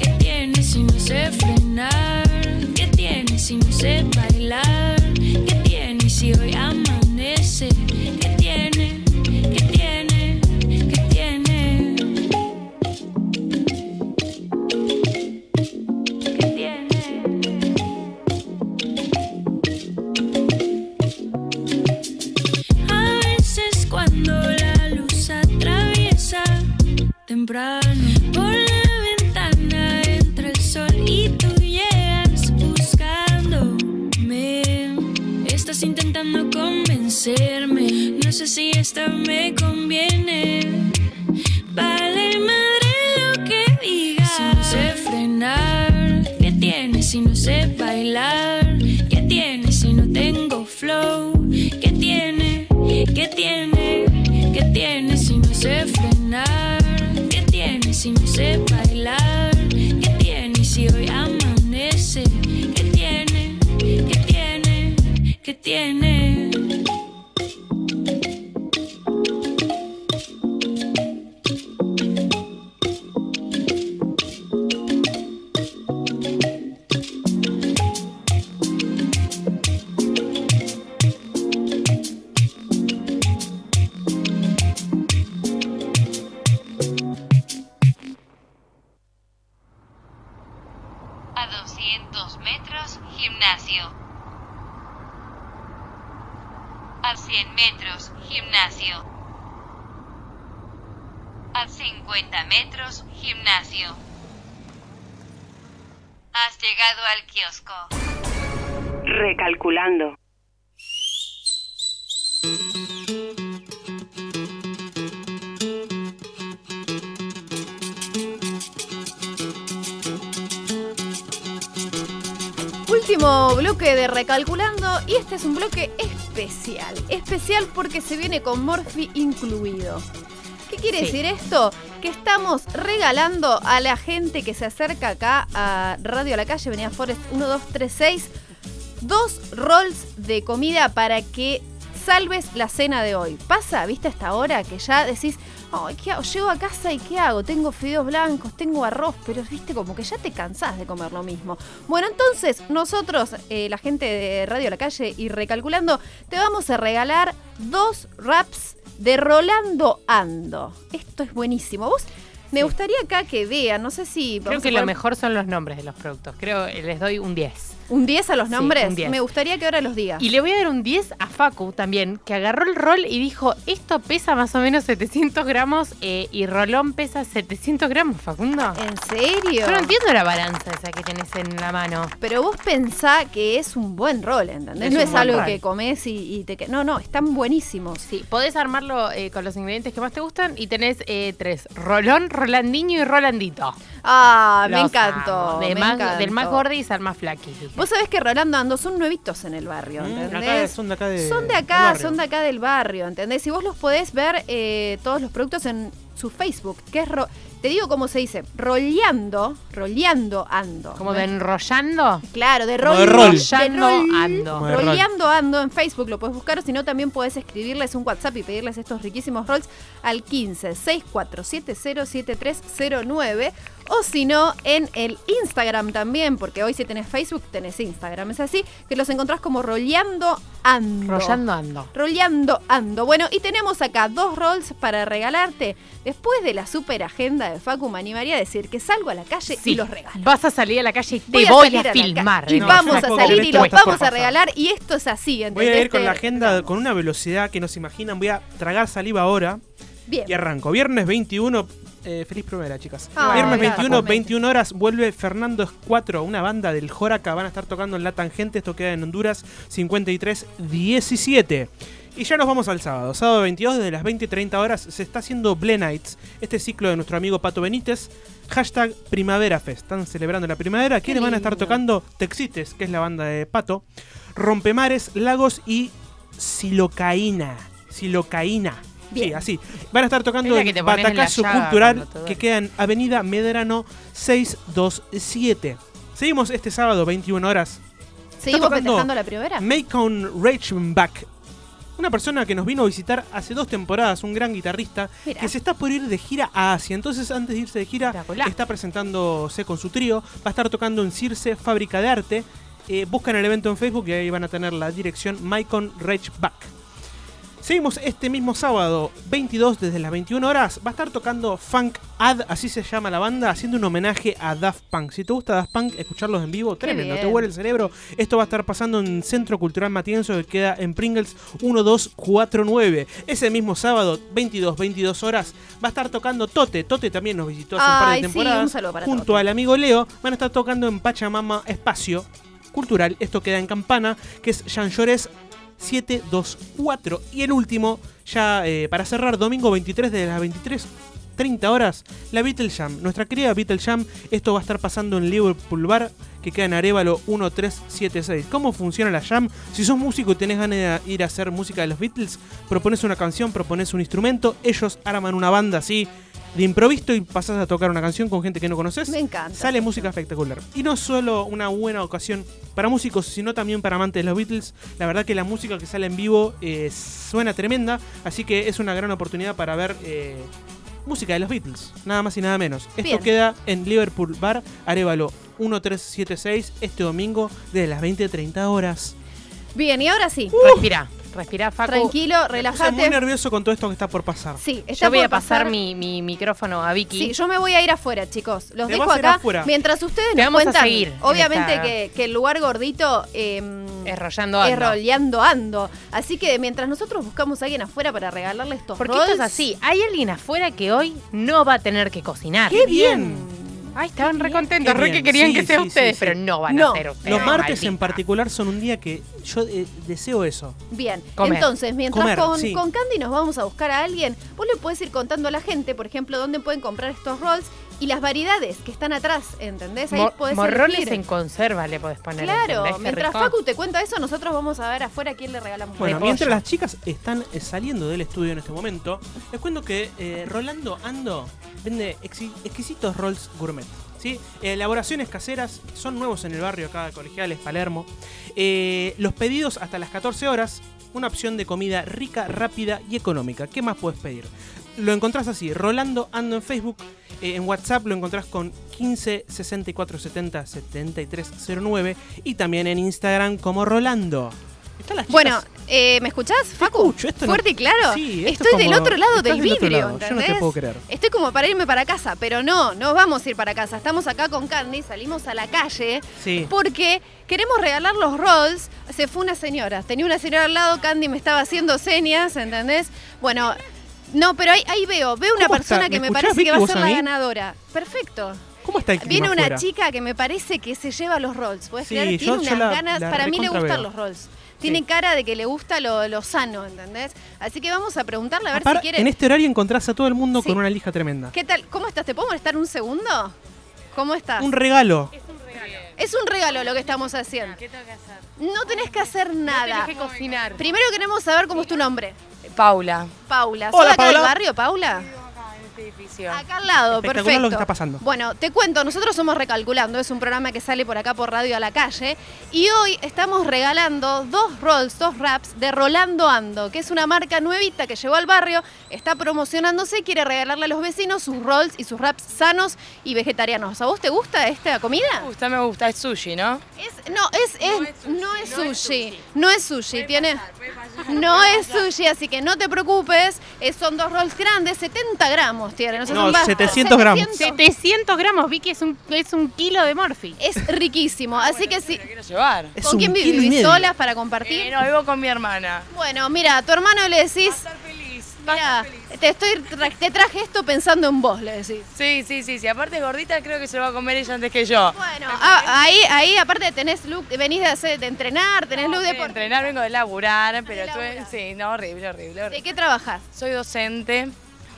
H: ¿Qué tiene? Si no sé frenar, ¿qué tiene? Si no sé bailar, ¿qué tiene? Si hoy amanece, ¿qué tiene? ¿Qué tiene? ¿Qué tiene? ¿Qué tiene? A veces cuando la luz atraviesa temprano por la ventana entre el sol y tú llegas buscándome. Estás intentando convencerme, no sé si esto me conviene. Vale madre lo que digas. Si no sé frenar, ¿qué tiene si no sé bailar? ¿Qué tiene si no tengo flow? ¿Qué tiene? ¿Qué tiene? ¿Qué tiene si no sé frenar? ¿Qué tiene si no sé bailar? ¿Qué tiene si hoy amanece? ¿Qué tiene? ¿Qué tiene? ¿Qué tiene?
L: A 200 metros, gimnasio. A 100 metros, gimnasio. A 50 metros, gimnasio. Has llegado al kiosco.
M: Recalculando.
C: Último bloque de Recalculando y este es un bloque especial. Especial porque se viene con Morphy incluido. ¿Qué quiere
N: Sí.
C: decir esto? Que estamos regalando a la gente que se acerca acá a Radio a la Calle, Avenida Forest 1236, dos rolls de comida para que salves la cena de hoy. Pasa, viste, hasta ahora que ya decís, Ay, ¿qué hago? Llego a casa y ¿qué hago? Tengo fideos blancos, tengo arroz, pero viste como que ya te cansás de comer lo mismo. Bueno, entonces nosotros, eh, la gente de Radio La Calle y Recalculando, te vamos a regalar dos raps de Rolando Ando. Esto es buenísimo. Vos, me gustaría acá que vean, no sé si...
D: Creo
C: vamos a
D: que lo
C: poner
D: mejor son los nombres de los productos. Creo eh, les doy un 10.
C: ¿Un 10 a los
D: Sí,
C: nombres?
D: un 10.
C: Me gustaría que ahora los digas.
D: Y le voy a dar un 10 a Facu también, que agarró el rol y dijo, esto pesa más o menos 700 gramos eh, y Rolón pesa 700 gramos, Facundo.
C: ¿En serio?
D: Yo no entiendo la balanza esa que tenés en la mano.
C: Pero vos pensá que es un buen rol, ¿entendés?
D: Es
C: no
D: un
C: es
D: buen
C: algo
D: rol.
C: que comes y, y te... que- No, no, están buenísimos.
D: Sí, podés armarlo eh, con los ingredientes que más te gustan y tenés eh, tres, Rolón, Rolandiño y Rolandito.
C: Ah, me
D: Los
C: encantó.
D: amo. De
C: me
D: más-
C: encantó.
D: Del más gordis al más flaquito.
C: Vos sabés que Rolando Ando son nuevitos en el
D: Mm,
C: barrio, ¿entendés?
B: Acá son de acá de.
C: Son de
B: del
C: acá,
B: barrio.
C: son de acá del barrio, ¿entendés? Y vos los podés ver eh, todos los productos en su Facebook, que es, ro- te digo cómo se dice, roleando, roleando ando.
D: Como de enrollando.
C: Claro, de
D: Como
C: rol.
D: de
C: de
D: rol.
C: rol-
D: Rollando ando. Como de rol.
C: Roleando ando en Facebook, lo podés buscar, o si no también podés escribirles un WhatsApp y pedirles estos riquísimos rolls al 15 64707309 o si no en el Instagram también, porque hoy si tenés Facebook tenés Instagram, es así, que los encontrás como roleando ando.
D: Rollando ando.
C: Roleando ando. Bueno, y tenemos acá dos rolls para regalarte. Después de la super agenda de Facu, me animaría a decir que salgo a la calle y los regalo.
D: Vas a salir a la calle y te voy,
C: Voy a salir
D: a,
C: a la ca-
D: filmar.
C: y
D: No,
C: vamos
D: yo
C: a
D: no puedo
C: salir
D: creer
C: y
D: que
C: los
D: esto
C: vamos a
D: pasa.
C: regalar. Y esto es así,
B: Voy a
C: ¿entendés? Este,
B: ir con la
C: Te-
B: agenda con una velocidad que no se imaginan. Voy a tragar saliva ahora
C: Bien.
B: y arranco. Viernes 21. eh, feliz primera, chicas.
C: Ah,
B: Viernes
C: gracias.
B: 21,
C: Igualmente.
B: 21 horas, vuelve Fernando 4, una banda del Joraca. Van a estar tocando en La Tangente. Esto queda en Honduras 53, 17. Y ya nos vamos al sábado. Sábado 22, desde las 20 30 horas, se está haciendo Ble Nights, este ciclo de nuestro amigo Pato Benítez. Hashtag Primavera Fest. Están celebrando la primavera. ¿Quiénes van a estar tocando? Texites, que es la banda de Pato. Rompemares, Lagos y Silocaína. Silocaína. Sí,
M: Bien.
B: así. Van a estar tocando
M: Es la
B: el
M: que te pones en la
B: Batacazo
M: llaga
B: Cultural
M: cuando te
B: que
M: duele.
B: queda en Avenida Medrano 627. Seguimos este sábado, 21 horas.
C: ¿Seguimos
B: Está tocando
C: festejando la primavera?
B: Macon Reichenbach. Una persona que nos vino a visitar hace dos temporadas, un gran guitarrista,
M: Mirá.
B: que se está por ir de gira a Asia. Entonces, antes de irse de gira, está presentándose con su trío. Va a estar tocando en Circe, Fábrica de Arte. Eh, buscan el evento en Facebook y ahí van a tener la dirección Maicon Reichenbach. Seguimos este mismo sábado, 22 desde las 21 horas. Va a estar tocando Funk Ad, así se llama la banda, haciendo un homenaje a Daft Punk. Si te gusta Daft Punk, escucharlos en vivo, tremendo, te
M: bien.
B: huele el cerebro. Esto va a estar pasando en Centro Cultural Matienzo, que queda en Pringles 1249. Ese mismo sábado, 22, 22 horas, va a estar tocando Tote. Tote también nos visitó hace un par de
C: Ay, sí, un
B: temporadas.
C: saludo para
B: junto
C: Tote.
B: al amigo Leo, van a estar tocando en Pachamama Espacio Cultural. Esto queda en Campana, que es Jean Llores 724. Y el último, ya eh, para cerrar, domingo 23 de las 23. 30 horas, la Beatle Jam. Nuestra querida Beatle Jam, esto va a estar pasando en Liverpool Bar, que queda en Arevalo 1376. ¿Cómo funciona la Jam? Si sos músico y tenés ganas de ir a hacer música de los Beatles, propones una canción, propones un instrumento, ellos arman una banda así de improviso y pasás a tocar una canción con gente que no conoces.
C: Me encanta.
B: Sale música espectacular. Y no solo una buena ocasión para músicos, sino también para amantes de los Beatles. La verdad que la música que sale en vivo eh, suena tremenda, así que es una gran oportunidad para ver eh, música de los Beatles, nada más y nada menos. Esto
M: Bien.
B: queda en Liverpool Bar, Arevalo 1376, este domingo desde las 20.30 horas.
C: Bien, y ahora
B: Uh,
C: sí.
D: Respira, respira, Facu.
C: Tranquilo,
B: Estoy muy
C: relájate.
B: nervioso con todo esto que está por pasar.
C: Sí, está
D: Yo voy
C: por
D: a pasar,
C: pasar-
D: mi, mi micrófono a Vicky.
C: Sí, yo me voy a ir afuera, chicos. Los
D: Te
C: dejo
D: vas a ir
C: acá.
D: afuera.
C: Mientras ustedes
D: Te
C: nos
D: vamos a
C: cuentan,
D: seguir en
C: obviamente
D: esta-
C: que, que el lugar gordito eh,
D: Es rollando ando.
C: es roleando ando. Así que mientras nosotros buscamos a alguien afuera para regalarle estos
D: Porque
C: rolls,
D: esto es así. Hay alguien afuera que hoy no va a tener que cocinar.
C: ¡Qué bien!
D: Ay, estaban re contentos,
B: Qué
D: re
B: bien.
D: que querían
B: Sí,
D: que sea
B: sí, sí,
D: ustedes,
B: sí.
D: pero no van a ser ustedes.
B: Los martes
D: maldita.
B: en particular son un día que yo eh, deseo eso.
C: Bien,
B: Comer.
C: entonces, mientras
B: Comer,
C: con,
B: sí.
C: con Candy nos vamos a buscar a alguien, vos le puedes ir contando a la gente, por ejemplo, dónde pueden comprar estos rolls y las variedades que están atrás, ¿entendés? Ahí
D: Mor-
C: podés
D: morrones
C: elegir.
D: en conserva le podés poner.
C: Claro,
D: ¿entendés? Qué
C: mientras
D: rico.
C: Facu te cuenta eso, nosotros vamos a ver afuera a quién le regalamos.
B: Bueno,
C: rolls.
B: mientras las chicas están eh, saliendo del estudio en este momento, les cuento que eh, Rolando Ando vende exi- exquisitos rolls gourmet. ¿sí? Eh, Elaboraciones caseras son nuevos en el barrio acá de Colegiales, Palermo. Eh, los pedidos hasta las 14 horas, una opción de comida rica, rápida y económica. ¿Qué más puedes pedir? Lo encontrás así, Rolando Ando en Facebook, eh, en WhatsApp lo encontrás con 15 64 70 7309 y también en Instagram como Rolando. Están las
C: Bueno, eh, ¿me escuchás, Facu?
B: esto no-
C: Fuerte y claro.
B: Sí, esto
C: Estoy
B: es
C: del
B: como-
C: otro lado
B: estás
C: del
B: del otro
C: vidrio,
B: lado, yo no te
C: ¿entendés?
B: puedo creer.
C: Estoy como para irme para casa, pero no, no vamos a ir para casa. Estamos acá con Candy, salimos a la calle
B: Sí.
C: porque queremos regalar los rolls. Se fue una señora, tenía una señora al lado, Candy me estaba haciendo señas, ¿entendés? Bueno, no, pero ahí, ahí veo, veo una
B: ¿Cómo
C: persona
B: está?
C: que
B: ¿Me
C: me
B: escuchás,
C: parece
B: Vicky,
C: que va a
B: vos
C: ser
B: a
C: la
B: mí?
C: ganadora. Perfecto.
B: ¿Cómo está el clima
C: Viene una
B: afuera?
C: chica que me parece que se lleva los rolls, ¿puedes
B: Sí,
C: creer?
B: yo-
C: Tiene
B: yo
C: unas
B: la-
C: ganas,
B: la
C: para mí le
B: recontra
C: gustan
B: veo.
C: los rolls. Tiene cara de que le gusta lo, lo sano, ¿entendés? Así que vamos a preguntarle a ver
B: Apar-
C: si quiere.
B: En este horario encontrás a todo el mundo
C: Sí.
B: con una lija tremenda.
C: ¿Qué tal? ¿Cómo estás? ¿Te puedo molestar un segundo? ¿Cómo estás?
B: Un regalo.
C: es un regalo lo que estamos haciendo.
D: ¿Qué tengo que hacer?
C: No tenés que hacer nada.
D: tenés que cocinar.
C: Primero queremos saber cómo es tu nombre.
M: Paula.
C: Paula. ¿Sos
M: Hola,
C: acá del
M: Paula.
C: barrio, Paula?
D: este
C: Acá al lado,
M: Espectacular
C: perfecto.
M: lo que está pasando.
C: Bueno, te cuento, nosotros somos Recalculando, es un programa que sale por acá por radio a la calle. Y hoy estamos regalando dos rolls, dos wraps de Rolando Ando, que es una marca nuevita que llegó al barrio, está promocionándose, quiere regalarle a los vecinos sus rolls y sus wraps sanos y vegetarianos. ¿A vos te gusta esta comida? Me
M: gusta, me gusta, es sushi, ¿no?
C: Es- no, es, es- no, es sushi, no es sushi, tiene... No es sushi, así que no te preocupes. eh, son dos rolls grandes, 70 gramos tienen. o sea,
B: No,
C: son bastante-
B: 700 gramos.
D: 700 gramos, Vicky, es un, es un kilo de morfi.
C: Es riquísimo, así que Ah, sí.
M: Llevar.
C: ¿Con quién vivís? ¿Solas para compartir?
M: no, vivo con mi hermana.
C: Bueno, mira, a tu hermano le decís. Mira, te, estoy, tra- te traje esto pensando en vos, le decís.
M: Sí, sí, sí, sí. Aparte es gordita, creo que se lo va a comer ella antes que yo.
C: Bueno, ah, ahí, ahí aparte tenés look, venís de, hacer, de entrenar, tenés look de...
M: de entrenar, vengo de laburar, pero tuve... Sí, no, horrible, horrible. ¿De
C: qué trabajas?
M: Soy docente,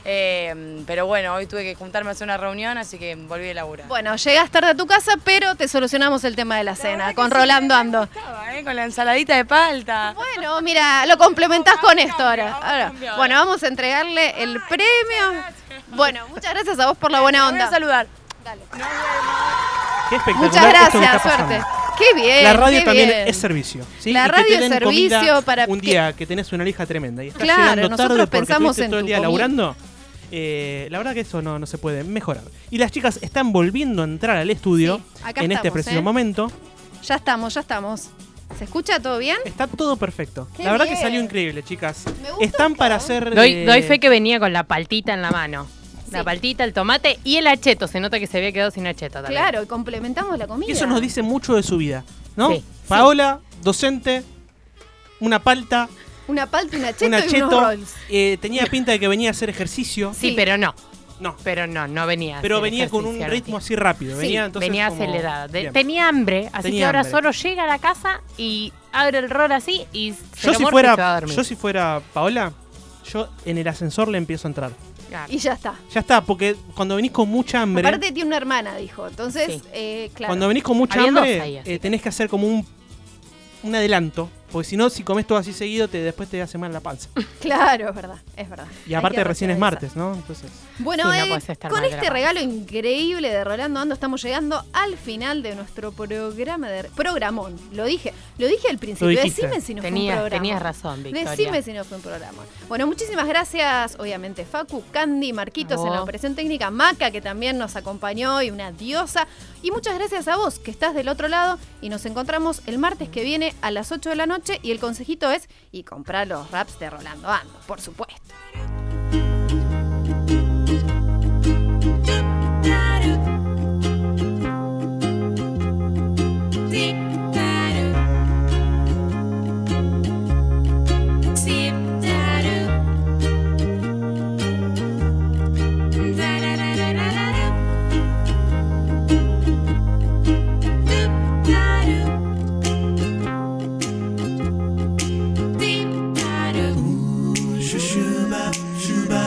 M: eh, pero bueno, hoy tuve que juntarme a hacer una reunión, así que volví de laburar.
C: Bueno, llegás tarde a tu casa, pero te solucionamos el tema de la cena, con Rolando Ando.
M: Estaba, ¿eh? Con la ensaladita de palta.
C: Bueno, mira, lo complementás con esto ahora. Ahora,
M: cambiar.
C: Bueno, vamos a entregarle el premio. Bueno, muchas gracias a vos por la buena onda. saludar.
B: Qué espectacular
C: Muchas
B: esto que
C: gracias,
B: está
C: suerte.
B: pasando.
C: Qué bien.
B: la radio
C: qué
B: también
C: bien.
B: es servicio. ¿sí?
C: La
B: Y que
C: radio
B: te
C: es
B: den
C: servicio
B: comida
C: para
B: Un
C: que-
B: día que tenés una lija tremenda y estás
C: Claro,
B: llegando
C: nosotros
B: tarde porque
C: pensamos
B: estuviste
C: en
B: todo el
C: tu
B: día
C: comida.
B: laburando. eh, la verdad que eso no, no se puede mejorar. Y las chicas están volviendo a entrar al estudio
C: acá
B: en este
C: estamos,
B: preciso
C: ¿eh?
B: momento.
C: Ya estamos, ya estamos. ¿Se escucha todo bien?
B: Está todo perfecto.
C: Qué
B: la verdad
C: bien.
B: que salió increíble, chicas. Están para hacer.
D: Doy,
B: eh,
D: doy fe que venía con la paltita en la mano. La paltita, el tomate y el acheto. Se nota que se había quedado sin acheto también.
C: Claro, y complementamos la comida.
B: Y eso nos dice mucho de su vida, ¿no?
D: Sí.
B: Paola, docente, una palta,
C: Una palta, una cheto
B: un
C: y unos
B: acheto.
C: rolls.
B: eh, tenía pinta de que venía a hacer ejercicio.
D: Sí, pero no.
B: No.
D: Pero no, no venía. a
B: Pero
D: hacer
B: venía con un
D: ejercicio,
B: ritmo
D: no.
B: así rápido.
D: Sí,
B: venía entonces
D: venía
B: como-
D: acelerada. De-
B: Bien.
D: tenía hambre, así
B: Tenía
D: que ahora
B: hambre.
D: solo llega a la casa y abre el rol así y se
B: Yo
D: lo morfa y se
B: si,
D: va a
B: fuera,
D: dormir.
B: yo si fuera Paola, yo en el ascensor le empiezo a entrar.
C: Y ya está.
B: Ya está, porque cuando venís con mucha hambre,
C: Aparte tiene una hermana, dijo. Entonces, eh, claro.
B: cuando venís con mucha
D: Había dos
B: hambre,
D: ahí, así
B: eh, tenés que hacer como un, un adelanto. Porque si no, si comes todo así seguido, te, después te hace mal la panza.
C: Claro, es verdad, es verdad. Hay
B: Y
C: que
B: aparte recién es
C: racionalizar.
B: martes, ¿no? Entonces.
C: Bueno,
D: Sí, no
C: eh,
D: podés estar
C: con
D: mal de la
C: este
D: panza.
C: regalo increíble de Rolando Ando estamos llegando al final de nuestro programa de programón. Lo dije, lo dije al principio.
D: dijiste.
C: Decime si no
D: Tenías-
C: fue un programa.
D: tenías razón, Victoria.
C: Decime si no fue un programa. Bueno, muchísimas gracias, obviamente, Facu, Candy, Marquitos
D: A
C: en la
D: vos.
C: operación técnica, Maca, que también nos acompañó y una diosa. Y muchas gracias a vos, que estás del otro lado, y nos encontramos el martes que viene a las 8 de la noche. Y el consejito es, y comprar los raps de Rolando Ando, por supuesto.
A: Shuba, shuba,